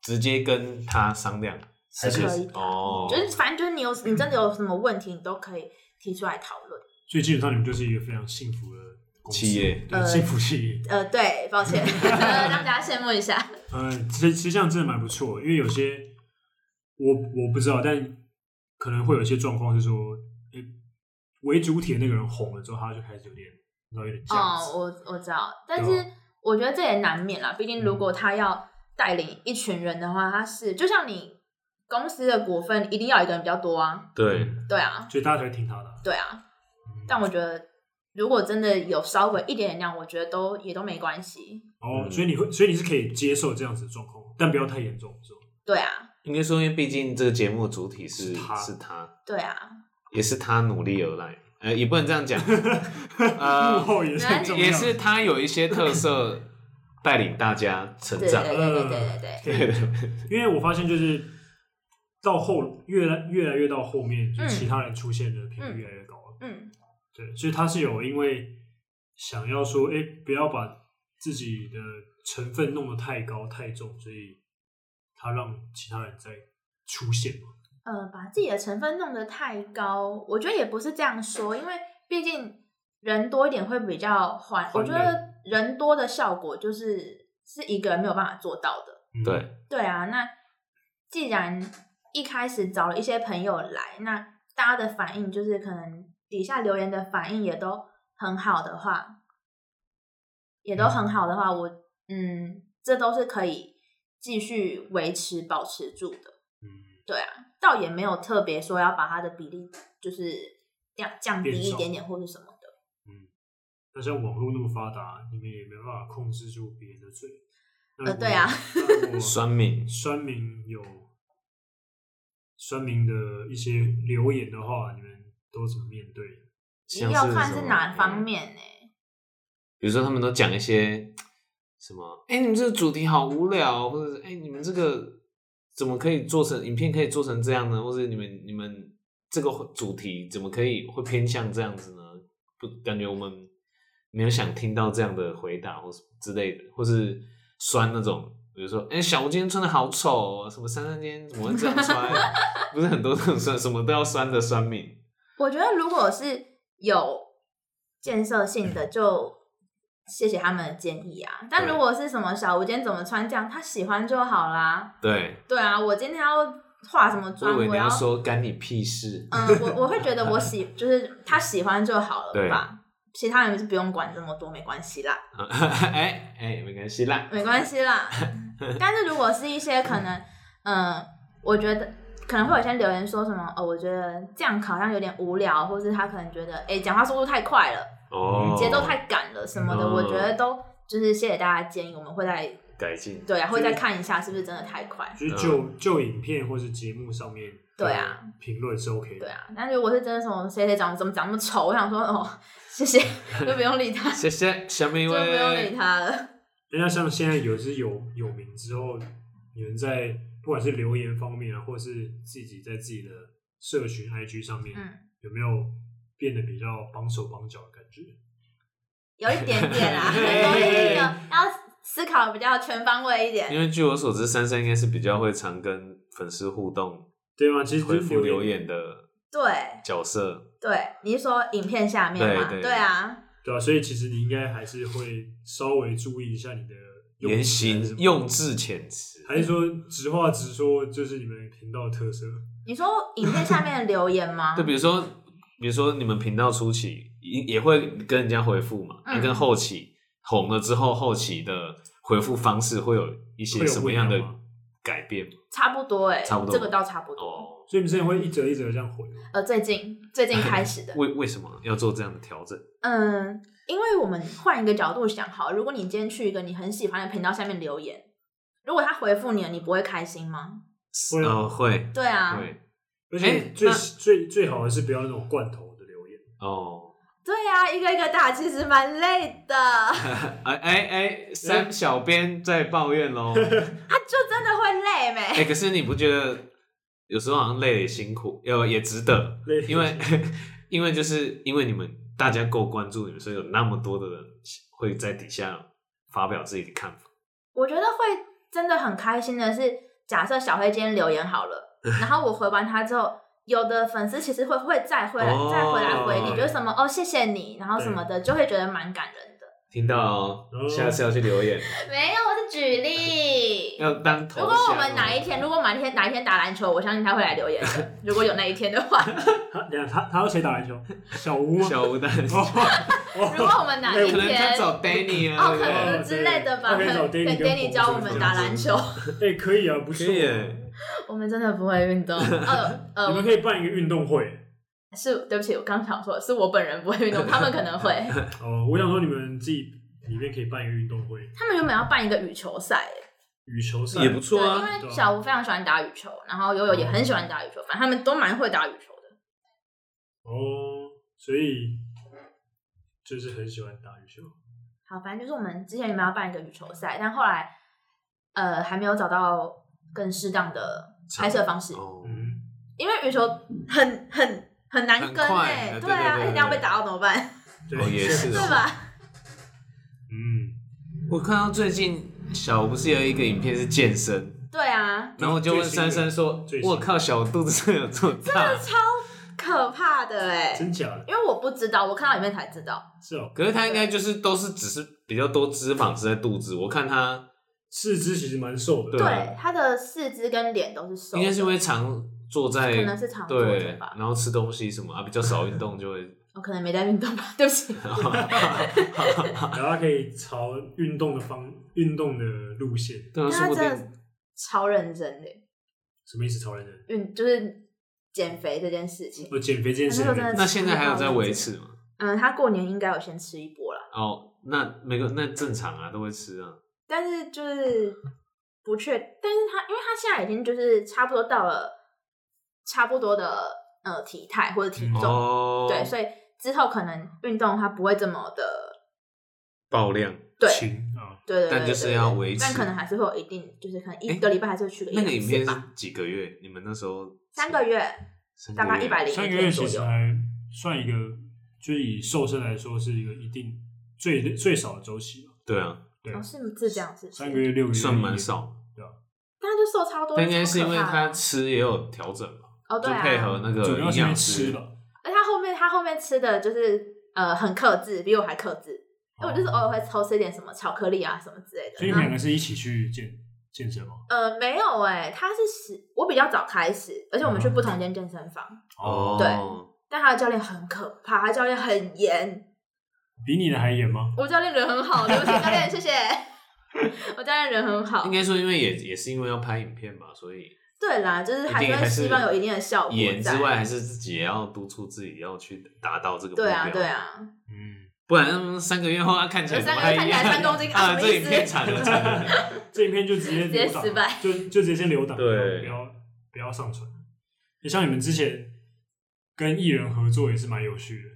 [SPEAKER 2] 直接跟他商量，
[SPEAKER 3] 是
[SPEAKER 2] 还
[SPEAKER 3] 可以的
[SPEAKER 2] 哦，
[SPEAKER 3] 就是反正就是你有你真的有什么问题，你都可以提出来讨论。
[SPEAKER 1] 所以基本上你们就是一个非常幸福的公司
[SPEAKER 2] 企业
[SPEAKER 1] 对，
[SPEAKER 3] 呃
[SPEAKER 1] 幸福企业。
[SPEAKER 3] 呃，对，抱歉， 让大家羡慕一下。
[SPEAKER 1] 呃，其实其实这样真的蛮不错的，因为有些我我不知道，但可能会有一些状况是说，哎、为主体的那个人红了之后，他就开始有点，你知道有点这样
[SPEAKER 3] 哦
[SPEAKER 1] 子，，
[SPEAKER 3] 我我知道，但
[SPEAKER 1] 对
[SPEAKER 3] 是
[SPEAKER 1] 啊嗯
[SPEAKER 3] 我觉得这也难免啦。毕竟如果他要带领一群人的话，他是就像你公司的股份一定要一个人比较多啊，
[SPEAKER 2] 对，
[SPEAKER 3] 对啊，
[SPEAKER 1] 所以大家才会听他的啊。
[SPEAKER 3] 对啊。
[SPEAKER 1] 嗯
[SPEAKER 3] 但我觉得如果真的有稍微一点点量，我觉得都也都没关系。
[SPEAKER 1] 哦，
[SPEAKER 2] 嗯
[SPEAKER 1] 所以你会，所以你是可以接受这样子的状况，但不要太严重，是吧？
[SPEAKER 3] 对啊，
[SPEAKER 2] 应该说，因为毕竟这个节目主体
[SPEAKER 1] 是
[SPEAKER 2] 是
[SPEAKER 1] 他
[SPEAKER 2] 是他，
[SPEAKER 3] 对啊，
[SPEAKER 2] 也是他努力而来，呃，也不能这样讲，呃
[SPEAKER 1] 幕，后也是很重要，
[SPEAKER 2] 也是他有一些特色带领大家成
[SPEAKER 3] 对对
[SPEAKER 2] 长。
[SPEAKER 3] 对对对对对，
[SPEAKER 2] 对对
[SPEAKER 1] 因为我发现就是到后越来越来越到后面，就
[SPEAKER 3] 嗯
[SPEAKER 1] 其他人出现的频率越来越高了。
[SPEAKER 3] 嗯
[SPEAKER 1] 对，所以他是有因为想要说，哎、不要把自己的成分弄得太高太重，所以他让其他人再出现嘛。
[SPEAKER 3] 呃，把自己的成分弄得太高，我觉得也不是这样说，因为毕竟人多一点会比较缓。我
[SPEAKER 1] 欢
[SPEAKER 3] 觉
[SPEAKER 1] 乐
[SPEAKER 3] 得人多的效果就是是一个人没有办法做到的。
[SPEAKER 1] 嗯
[SPEAKER 2] 对，
[SPEAKER 3] 对啊，那既然一开始找了一些朋友来，那大家的反应就是可能底下留言的反应也都很好的话，也都很好的话，我嗯，这都是可以继续维持保持住的。
[SPEAKER 1] 嗯，
[SPEAKER 3] 对啊，倒也没有特别说要把它的比例就是降降低
[SPEAKER 1] 变
[SPEAKER 3] 一
[SPEAKER 1] 少
[SPEAKER 3] 点点或是什么的。
[SPEAKER 1] 那像网络那么发达，你们也没办法控制住别人的嘴。那
[SPEAKER 3] 呃
[SPEAKER 1] 如果
[SPEAKER 3] 对啊，
[SPEAKER 1] 那如果
[SPEAKER 2] 酸敏
[SPEAKER 1] 酸民有酸民的一些留言的话，你们都怎么面对？
[SPEAKER 2] 像
[SPEAKER 3] 要看是
[SPEAKER 2] 什么嗯
[SPEAKER 3] 哪方，面呢、
[SPEAKER 2] 比如说他们都讲一些什么，哎、你们这个主题好无聊，或者是哎、你们这个怎么可以做成影片可以做成这样呢？或者你们你们这个主题怎么可以会偏向这样子呢？不，感觉我们没有想听到这样的回答或是之类的，或是酸那种，比如说，哎、小吴今天穿的好丑、哦，什么珊珊今天怎么会这样穿？ 不是很多这种酸，什么都要酸的酸民。
[SPEAKER 3] 我觉得如果是有建设性的，就谢谢他们的建议啊。但
[SPEAKER 2] 对
[SPEAKER 3] 如果是什么小吴今天怎么穿这样，他喜欢就好啦。
[SPEAKER 2] 对，
[SPEAKER 3] 对啊，我今天要化什么
[SPEAKER 2] 我
[SPEAKER 3] 妆，
[SPEAKER 2] 以为
[SPEAKER 3] 啊我
[SPEAKER 2] 你
[SPEAKER 3] 要
[SPEAKER 2] 要说干你屁事。
[SPEAKER 3] 嗯，我我会觉得我喜就是他喜欢就好
[SPEAKER 2] 对
[SPEAKER 3] 了吧。其他人是不用管这么多，没关系啦，
[SPEAKER 2] 哎哎，没关系啦。
[SPEAKER 3] 没关系啦。但是如果是一些可能，嗯、我觉得可能会有些留言说什么哦，我觉得这样好像有点无聊，或是他可能觉得哎讲话速度太快了，
[SPEAKER 2] 哦，
[SPEAKER 3] 节奏太赶了什么的，
[SPEAKER 2] 哦
[SPEAKER 3] 我觉得都就是谢谢大家的建议，我们会再
[SPEAKER 2] 改进，
[SPEAKER 3] 对啊，会再看一下是不是真的太快，
[SPEAKER 2] 嗯
[SPEAKER 1] 就是就就影片或是节目上面，
[SPEAKER 3] 对啊，
[SPEAKER 1] 评论是 OK 的，
[SPEAKER 3] 对啊。但如果是真的什么谁谁长怎么长那么丑，我想说哦， 谢谢，就不用理他，
[SPEAKER 2] 谢谢，下面一
[SPEAKER 3] 就不用理
[SPEAKER 2] 位，
[SPEAKER 3] 他了。
[SPEAKER 1] 人家像现在有是有有名之后，你们在不管是留言方面啊，或是自己在自己的社群 IG 上面，
[SPEAKER 3] 嗯
[SPEAKER 1] 有没有变得比较绑手绑脚的感觉？
[SPEAKER 3] 有一点 点啊，所以那个要思考比较全方位一点。
[SPEAKER 2] 因为据我所知，珊珊应该是比较会常跟粉丝互动、
[SPEAKER 1] 对吗？其实
[SPEAKER 2] 回复留
[SPEAKER 1] 留，
[SPEAKER 2] 言的
[SPEAKER 3] 对
[SPEAKER 2] 角色，
[SPEAKER 3] 对，你是说影片下面吗？
[SPEAKER 2] 对对
[SPEAKER 3] 啊，
[SPEAKER 1] 对啊，所以其实你应该还是会稍微注意一下你的用
[SPEAKER 2] 言
[SPEAKER 1] 词还是什
[SPEAKER 2] 行
[SPEAKER 1] 么
[SPEAKER 2] 用，字遣词，
[SPEAKER 1] 还是说直话直说，就是你们频道的特色。
[SPEAKER 3] 你说影片下面的留 言吗
[SPEAKER 2] 就？比如说，比如说你们频道初期也也会跟人家回复嘛，
[SPEAKER 3] 嗯
[SPEAKER 2] 那跟后期红了之后，后期的回复方式会有一些
[SPEAKER 1] 会有
[SPEAKER 2] 什
[SPEAKER 1] 不
[SPEAKER 2] 么
[SPEAKER 1] 一
[SPEAKER 2] 样
[SPEAKER 1] 样
[SPEAKER 2] 的
[SPEAKER 1] 吗
[SPEAKER 2] 改变吗？
[SPEAKER 3] 差不多哎、
[SPEAKER 2] 差不多
[SPEAKER 3] 这个倒差不多。
[SPEAKER 2] 哦，，
[SPEAKER 1] 所以你们现在会一折一折这样回吗，
[SPEAKER 3] 呃，最近最近开始的
[SPEAKER 2] 为为什么要做这样的调整？
[SPEAKER 3] 嗯，因为我们换一个角度想，好，如果你今天去一个你很喜欢的频道下面留言，如果他回复你了，你不会开心吗？
[SPEAKER 1] 会啊
[SPEAKER 2] 哦，会
[SPEAKER 3] 对啊，
[SPEAKER 2] 会
[SPEAKER 1] 而
[SPEAKER 2] 哎
[SPEAKER 1] 且最、
[SPEAKER 2] 那
[SPEAKER 1] 最最好的是不要那种罐头的留言，
[SPEAKER 2] 哦，
[SPEAKER 3] 对啊，一个一个打，其实蛮累的，啊，
[SPEAKER 2] 哎哎哎，三小编在抱怨 喽。
[SPEAKER 3] 就真的会累没？
[SPEAKER 2] 哎，可是你不觉得有时候好像累也辛苦，呃，也值得，
[SPEAKER 1] 类似
[SPEAKER 2] 因为 因为就是因为你们大家够关注你们，所以有那么多的人会在底下发表自己的看法。
[SPEAKER 3] 我觉得会真的很开心的是，假设小黑今天留言好了，然后我回完他之后，有的粉丝其实会会再回来、
[SPEAKER 2] 哦
[SPEAKER 3] 再回来回你，比如什么哦谢谢你，然后什么的，就会觉得蛮感人的。
[SPEAKER 2] 听到哦
[SPEAKER 1] 哦，
[SPEAKER 2] 下次要去留 言，
[SPEAKER 3] 没有，我是举例。
[SPEAKER 2] 要当头
[SPEAKER 3] 如
[SPEAKER 2] 像哦。
[SPEAKER 3] 果我们哪一天，如果哪一天哪一天打篮球，我相信他会来留 言的。如果有那一天的话，
[SPEAKER 1] 他等一下他他要谁打篮球？小吴 吗？
[SPEAKER 2] 小吴蛋，
[SPEAKER 1] 哦
[SPEAKER 2] 可
[SPEAKER 1] 哦
[SPEAKER 3] 如果我们哪
[SPEAKER 2] 能
[SPEAKER 3] 一
[SPEAKER 2] 他
[SPEAKER 3] 天，
[SPEAKER 2] 找 Danny 啊，
[SPEAKER 3] 哦，
[SPEAKER 2] 对不
[SPEAKER 3] 可
[SPEAKER 2] 对
[SPEAKER 3] 能之类的吧，
[SPEAKER 1] 他可
[SPEAKER 3] 可
[SPEAKER 1] 以找
[SPEAKER 3] 能
[SPEAKER 1] Danny 跟
[SPEAKER 3] Danny 教我
[SPEAKER 1] 彭
[SPEAKER 3] 们
[SPEAKER 1] 程
[SPEAKER 3] 打
[SPEAKER 1] 之
[SPEAKER 3] 篮球，
[SPEAKER 1] 哎、可以啊，不
[SPEAKER 2] 可
[SPEAKER 1] 错、
[SPEAKER 2] 以
[SPEAKER 1] 啊。
[SPEAKER 2] 耶，
[SPEAKER 3] 我们真的不会 运动。呃呃，
[SPEAKER 1] 你们可以办一个运动会
[SPEAKER 3] 是，对不起，我刚想说，是我本人不会 运动，他们可能会。
[SPEAKER 1] 哦。我想说，你们自己里面可以办一个运动会，
[SPEAKER 3] 他们原本要办一个羽球赛，
[SPEAKER 1] 羽球赛
[SPEAKER 2] 也不
[SPEAKER 3] 对，
[SPEAKER 2] 错
[SPEAKER 3] 因
[SPEAKER 2] 啊。
[SPEAKER 3] 为小吴非常喜欢打羽球，然后悠悠也很喜欢打羽球，反正他们都蛮会打羽球的。
[SPEAKER 1] 哦。所以就是很喜欢打羽球。
[SPEAKER 3] 好，反正就是我们之前原本要办一个羽球赛，但后来呃还没有找到更适当的拍摄方式，
[SPEAKER 2] 哦，
[SPEAKER 1] 嗯，
[SPEAKER 3] 因为羽球很很很难
[SPEAKER 2] 很
[SPEAKER 3] 跟
[SPEAKER 2] 快
[SPEAKER 3] 哎、
[SPEAKER 2] 呃
[SPEAKER 3] 对啊，而
[SPEAKER 2] 对对对对
[SPEAKER 3] 且这样被打到怎么办？
[SPEAKER 1] 对，
[SPEAKER 2] 哦也是
[SPEAKER 3] 对
[SPEAKER 2] 哦
[SPEAKER 3] 吧？
[SPEAKER 1] 嗯，
[SPEAKER 2] 我看到最近小吴不是有一个影片是健身，
[SPEAKER 3] 对啊，
[SPEAKER 2] 然后我就问珊珊说
[SPEAKER 1] 最：“新的
[SPEAKER 2] 我靠，小肚子 有这么大
[SPEAKER 3] 可怕的哎、
[SPEAKER 1] 真假的？
[SPEAKER 3] 因为我不知道，我看到里面才知道。
[SPEAKER 1] 是哦？”，
[SPEAKER 2] 可是他应该就是都是只是比较多脂肪是在肚子，我看他
[SPEAKER 1] 四肢其实蛮瘦的。
[SPEAKER 2] 对啊
[SPEAKER 3] 对，他的四肢跟脸都是瘦的，
[SPEAKER 2] 应该是因为常坐在
[SPEAKER 3] 可能是常坐着
[SPEAKER 2] 对，
[SPEAKER 3] 吧，
[SPEAKER 2] 然后吃东西什么啊，比较少运动就会。
[SPEAKER 3] 我可能没在运动吧， 对不起。
[SPEAKER 2] 哦
[SPEAKER 1] 然后可以朝运动的方运动的路线，
[SPEAKER 2] 对啊，说
[SPEAKER 3] 他
[SPEAKER 2] 不
[SPEAKER 3] 真
[SPEAKER 2] 定
[SPEAKER 3] 的超认真的
[SPEAKER 1] 什么意思？超人人？
[SPEAKER 3] 运，就是减肥这件事情。
[SPEAKER 1] 我减肥这件事
[SPEAKER 3] 那时候真的
[SPEAKER 2] 那现在还有在维持吗？
[SPEAKER 3] 嗯，他过年应该有先吃一波啦，
[SPEAKER 2] 哦，那每个那正常啊，都会吃啊。
[SPEAKER 3] 但是就是不确，但是他因为他现在已经就是差不多到了差不多的呃体态或者体重，
[SPEAKER 2] 哦，
[SPEAKER 3] 对，所以之后可能运动他不会这么的，
[SPEAKER 2] 爆量
[SPEAKER 3] 对
[SPEAKER 1] 情啊，
[SPEAKER 3] 对对对对
[SPEAKER 2] 但就是要维持
[SPEAKER 3] 但可能还是会有一定，就是可能一
[SPEAKER 2] 诶
[SPEAKER 3] 个礼拜还是会去个一
[SPEAKER 2] 那个
[SPEAKER 3] 两
[SPEAKER 2] 影
[SPEAKER 3] 次
[SPEAKER 2] 片是
[SPEAKER 3] 吧，
[SPEAKER 2] 几个月？你们那时候
[SPEAKER 3] 三个月
[SPEAKER 2] 三个
[SPEAKER 3] 大
[SPEAKER 2] 月啊
[SPEAKER 3] 概一百零
[SPEAKER 1] 三
[SPEAKER 3] 一
[SPEAKER 1] 个
[SPEAKER 3] 天
[SPEAKER 1] 月
[SPEAKER 3] 左
[SPEAKER 1] 其实
[SPEAKER 3] 右。
[SPEAKER 1] 还算一个，就是以瘦身来说是一个一定最最少的周期吧。
[SPEAKER 2] 对啊，
[SPEAKER 1] 对
[SPEAKER 3] 哦，，是是这样子，
[SPEAKER 1] 三个月、六个月
[SPEAKER 2] 算蛮
[SPEAKER 1] 一
[SPEAKER 2] 少。
[SPEAKER 3] 但他就瘦超多，
[SPEAKER 2] 但应该是因为
[SPEAKER 3] 超可怕
[SPEAKER 2] 他
[SPEAKER 3] 的
[SPEAKER 2] 吃也有调整吧，
[SPEAKER 3] 哦，对
[SPEAKER 2] 就
[SPEAKER 3] 啊，
[SPEAKER 2] 配合那
[SPEAKER 1] 年，
[SPEAKER 2] 个
[SPEAKER 1] 主要
[SPEAKER 2] 营
[SPEAKER 1] 是因为
[SPEAKER 2] 养
[SPEAKER 1] 吃
[SPEAKER 2] 师
[SPEAKER 1] 了，
[SPEAKER 3] 而且他后面他后面吃的就是呃很克制，比我还克制。因为我就是偶尔会偷吃一点什么巧克力啊什么之类的。
[SPEAKER 1] 所以你们两
[SPEAKER 3] 那
[SPEAKER 1] 个是一起去健健身吗？
[SPEAKER 3] 呃没有哎、他是十我比较早开始，而且我们去不同间健身房，
[SPEAKER 2] 哦，
[SPEAKER 3] 对但他的教练很可怕，他教练很严。比
[SPEAKER 1] 你的还严吗？
[SPEAKER 3] 我教练人很好，对不起教练，谢谢。我教练人很好
[SPEAKER 2] 应，该说因为也也是因为要拍影片吧，所以
[SPEAKER 3] 对啦，就是还
[SPEAKER 2] 一定
[SPEAKER 3] 是
[SPEAKER 2] 还
[SPEAKER 3] 会
[SPEAKER 2] 是
[SPEAKER 3] 希望有一定的效果
[SPEAKER 2] 演之
[SPEAKER 3] 在
[SPEAKER 2] 外，还是自己也要督促自己要去达到这个目标。
[SPEAKER 3] 对啊，对，啊，
[SPEAKER 1] 嗯，
[SPEAKER 2] 不然嗯三个月后啊看起来
[SPEAKER 3] 三
[SPEAKER 2] 怎
[SPEAKER 3] 个
[SPEAKER 2] 么
[SPEAKER 3] 月
[SPEAKER 2] 还一
[SPEAKER 3] 看起
[SPEAKER 2] 样
[SPEAKER 3] 来三 公斤
[SPEAKER 2] 啊，
[SPEAKER 3] 啊什么
[SPEAKER 2] 这
[SPEAKER 3] 意
[SPEAKER 2] 影
[SPEAKER 3] 思
[SPEAKER 2] 片惨了惨了。
[SPEAKER 1] 这影片就直接
[SPEAKER 3] 直接
[SPEAKER 1] 留档
[SPEAKER 3] 失败
[SPEAKER 1] 就就直接先留档，
[SPEAKER 2] 对
[SPEAKER 1] 不要不要上传。你像你们之前跟艺人合作也是蛮有趣的，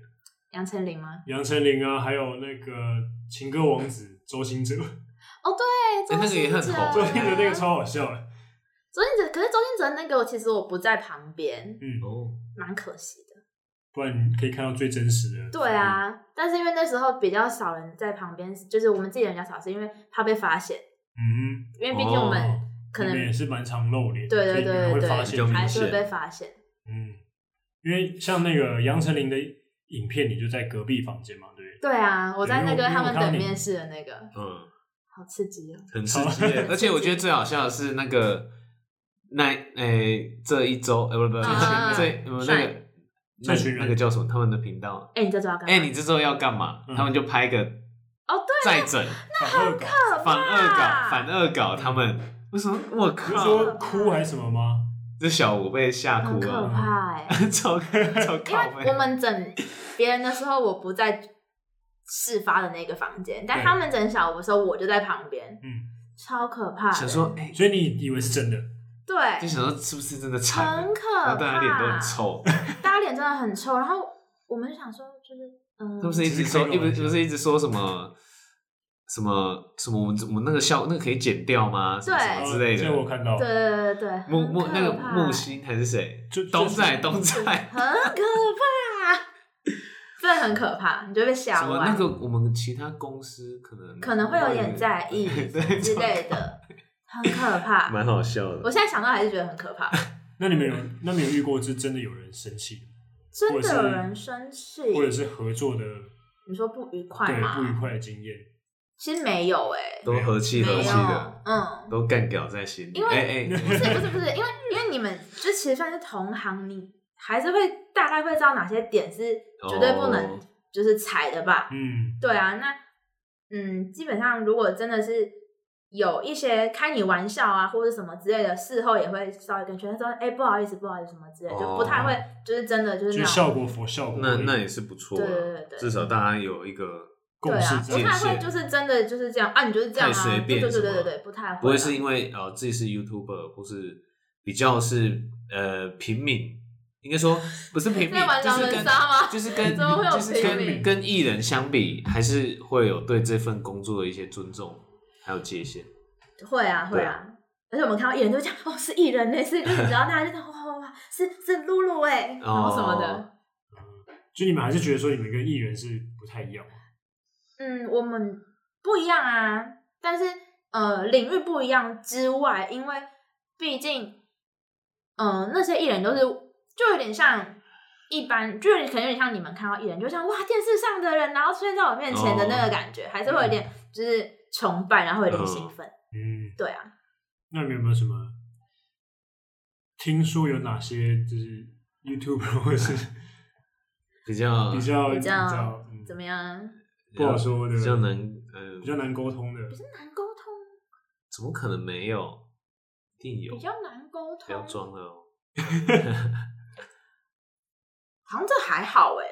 [SPEAKER 3] 杨丞琳吗？
[SPEAKER 1] 杨丞琳啊，还有那个情歌王子周兴哲，
[SPEAKER 3] 哦，对，
[SPEAKER 2] 哎
[SPEAKER 3] 周
[SPEAKER 2] 那个也
[SPEAKER 3] 星
[SPEAKER 2] 很
[SPEAKER 3] 哲，
[SPEAKER 2] 红
[SPEAKER 1] 周兴哲那个超好笑的，
[SPEAKER 3] 周星哲，可是周星哲那个其实我不在旁边，
[SPEAKER 1] 嗯，
[SPEAKER 2] 哦，
[SPEAKER 3] 蛮可惜的。
[SPEAKER 1] 不然你可以看到最真实的。
[SPEAKER 3] 对
[SPEAKER 2] 嗯
[SPEAKER 3] 啊，但是因为那时候比较少人在旁边，就是我们自己人比较少，是因为怕被发现，
[SPEAKER 1] 嗯，
[SPEAKER 3] 因为毕竟我们
[SPEAKER 2] 哦
[SPEAKER 3] 可
[SPEAKER 1] 你
[SPEAKER 3] 能、
[SPEAKER 1] 们也是蛮常露脸，
[SPEAKER 3] 对对
[SPEAKER 1] 所以你们
[SPEAKER 3] 对
[SPEAKER 1] 会发
[SPEAKER 2] 比较
[SPEAKER 1] 现
[SPEAKER 2] 明
[SPEAKER 3] 还是会
[SPEAKER 2] 显
[SPEAKER 3] 被发现。
[SPEAKER 1] 嗯，因为像那个杨丞琳的影片，你就在隔壁房间嘛，对不对？
[SPEAKER 3] 对啊，我在
[SPEAKER 1] 因
[SPEAKER 3] 那
[SPEAKER 1] 为
[SPEAKER 3] 个
[SPEAKER 1] 我
[SPEAKER 3] 他
[SPEAKER 1] 因为我
[SPEAKER 3] 们
[SPEAKER 1] 看到
[SPEAKER 3] 等
[SPEAKER 1] 你
[SPEAKER 3] 面试的那个，
[SPEAKER 2] 嗯，
[SPEAKER 3] 好刺激哦！
[SPEAKER 2] 很刺激 耶。而且我觉得最好笑的是那个那诶这一周，呃，不不，
[SPEAKER 3] 啊
[SPEAKER 2] 这呃那个那
[SPEAKER 1] 这群人
[SPEAKER 2] 那个叫什么？他们的频道。
[SPEAKER 3] 哎、你这周要干嘛？
[SPEAKER 2] 哎，你这周要干嘛？
[SPEAKER 1] 嗯
[SPEAKER 2] 他们就拍个
[SPEAKER 3] 哦，
[SPEAKER 2] 再
[SPEAKER 3] 对，
[SPEAKER 2] 整
[SPEAKER 1] 反恶搞，
[SPEAKER 2] 反恶搞，反恶搞他们。为什么？我
[SPEAKER 1] 不是
[SPEAKER 2] 靠！
[SPEAKER 1] 说哭还是什么吗？
[SPEAKER 2] 这小五被吓
[SPEAKER 3] 很
[SPEAKER 2] 哭
[SPEAKER 3] 可
[SPEAKER 2] 了，
[SPEAKER 3] 怕哎、
[SPEAKER 2] 超超
[SPEAKER 3] 因
[SPEAKER 2] 靠
[SPEAKER 3] 为我
[SPEAKER 2] 背。
[SPEAKER 3] 们整别人的时候，我不在事发的那个房间，但
[SPEAKER 1] 对
[SPEAKER 3] 他们整小吴的时候，我就在旁边，
[SPEAKER 1] 嗯，
[SPEAKER 3] 超可怕的。
[SPEAKER 2] 想说，哎，
[SPEAKER 1] 所以你以为是真的？
[SPEAKER 3] 对，
[SPEAKER 2] 就想说是不是真的惨了？
[SPEAKER 3] 很
[SPEAKER 2] 然
[SPEAKER 3] 可怕，
[SPEAKER 2] 后大家脸都很臭。
[SPEAKER 3] 大家脸真的很臭。然后我们就想说，就是嗯，
[SPEAKER 2] 他不是一直
[SPEAKER 1] 只是
[SPEAKER 2] 说，
[SPEAKER 1] 开个
[SPEAKER 2] 一不
[SPEAKER 1] 玩笑
[SPEAKER 2] 不是一直说什么什么什么，我们我们那个效那个可以剪掉吗？什么
[SPEAKER 3] 对
[SPEAKER 2] 什么之类
[SPEAKER 1] 这哦我
[SPEAKER 2] 的。
[SPEAKER 1] 看到，
[SPEAKER 3] 对对对对，很
[SPEAKER 2] 木木
[SPEAKER 3] 可
[SPEAKER 2] 那个
[SPEAKER 3] 怕
[SPEAKER 2] 木星还是谁？
[SPEAKER 1] 就
[SPEAKER 2] 东仔东仔，
[SPEAKER 3] 很可怕，真的很可怕，你就被吓
[SPEAKER 2] 什么
[SPEAKER 3] 坏，
[SPEAKER 2] 那个我们其他公司可能
[SPEAKER 3] 可能会有点在 意
[SPEAKER 2] 对
[SPEAKER 3] 之类的，很可怕。
[SPEAKER 2] 蛮好笑
[SPEAKER 3] 我
[SPEAKER 2] 的。
[SPEAKER 3] 现在想到还是觉得很可怕，
[SPEAKER 1] 那你们有那你们有遇过是真的有人生气，
[SPEAKER 3] 真
[SPEAKER 1] 或者
[SPEAKER 3] 的
[SPEAKER 1] 是
[SPEAKER 3] 有人生气，
[SPEAKER 1] 或者是合作的
[SPEAKER 3] 你说不愉快
[SPEAKER 1] 对不愉
[SPEAKER 3] 吗？
[SPEAKER 1] 快的经验？
[SPEAKER 3] 其实没有哎、
[SPEAKER 2] 都和气和
[SPEAKER 3] 没
[SPEAKER 2] 气
[SPEAKER 3] 有
[SPEAKER 2] 的，，
[SPEAKER 3] 嗯。
[SPEAKER 2] 都干掉在心里。
[SPEAKER 3] 因为
[SPEAKER 2] 哎哎，
[SPEAKER 3] 不是不是不是，因为因为你们就其实算是同行，你还是会大概会知道哪些点是绝对不能
[SPEAKER 2] 哦
[SPEAKER 3] 就是踩的吧？
[SPEAKER 1] 嗯，
[SPEAKER 3] 对啊，那嗯，基本上如果真的是有一些开你玩笑啊或者什么之类的，事后也会稍微跟圈说，哎、不好意思，不好意思什么
[SPEAKER 2] 哦
[SPEAKER 3] 之类的，就不太会就是真的就
[SPEAKER 1] 就
[SPEAKER 3] 啊
[SPEAKER 1] 是是
[SPEAKER 3] 那
[SPEAKER 1] 效
[SPEAKER 3] 种。
[SPEAKER 1] 果佛效果，
[SPEAKER 2] 那那也是不错啊，
[SPEAKER 3] 对对对对
[SPEAKER 2] 至少大家有一个
[SPEAKER 1] 共
[SPEAKER 3] 对
[SPEAKER 1] 识
[SPEAKER 3] 啊，
[SPEAKER 1] 在
[SPEAKER 3] 不太
[SPEAKER 2] 界
[SPEAKER 3] 会
[SPEAKER 2] 限
[SPEAKER 3] 就是真的就是这样啊，你就是这样
[SPEAKER 2] 太随
[SPEAKER 3] 啊，对
[SPEAKER 2] 便
[SPEAKER 3] 对对
[SPEAKER 2] 什么
[SPEAKER 3] 对对对，不太会啊，
[SPEAKER 2] 不会是因为呃自己是 YouTuber 或是比较是呃平民，应该说不是平民
[SPEAKER 3] 在，玩
[SPEAKER 2] 就
[SPEAKER 3] 狼
[SPEAKER 2] 是
[SPEAKER 3] 人
[SPEAKER 2] 跟
[SPEAKER 3] 杀 吗？
[SPEAKER 2] 就是跟
[SPEAKER 3] 怎么会有
[SPEAKER 2] 就是
[SPEAKER 3] 平
[SPEAKER 2] 跟
[SPEAKER 3] 民
[SPEAKER 2] 跟艺人相比，还是会有对这份工作的一些尊重，还有界限。
[SPEAKER 3] 会啊，会
[SPEAKER 2] 对
[SPEAKER 3] 啊。而且我们看到艺人就讲 哦，是艺人呢，是就是你知道大家就讲哇哇哇，是是露露哎，然后什么
[SPEAKER 2] 哦
[SPEAKER 3] 的。
[SPEAKER 1] 就你们还是觉得说你们跟艺人是不太一样，
[SPEAKER 3] 嗯，我们不一样啊，但是呃，领域不一样之外，因为毕竟，嗯、那些艺人都是就有点像一般，就有可能有点像你们看到艺人，就像哇，电视上的人，然后出现在我面前的那个感觉，还是会有点就是崇拜，然后会有点兴奋。
[SPEAKER 1] 嗯，
[SPEAKER 3] 对啊，
[SPEAKER 1] 那你们有没有什么听说有哪些就是 YouTuber 或 是
[SPEAKER 2] 比较
[SPEAKER 1] 比较
[SPEAKER 3] 比较
[SPEAKER 1] 较嗯
[SPEAKER 3] 怎么样？
[SPEAKER 1] 不好说的
[SPEAKER 2] 比较难呃
[SPEAKER 1] 比较难沟通的？
[SPEAKER 3] 难沟通，
[SPEAKER 2] 怎么可能没有？一定有
[SPEAKER 3] 比，较难沟通。
[SPEAKER 2] 不要装了哦。
[SPEAKER 3] 好像这还好哎、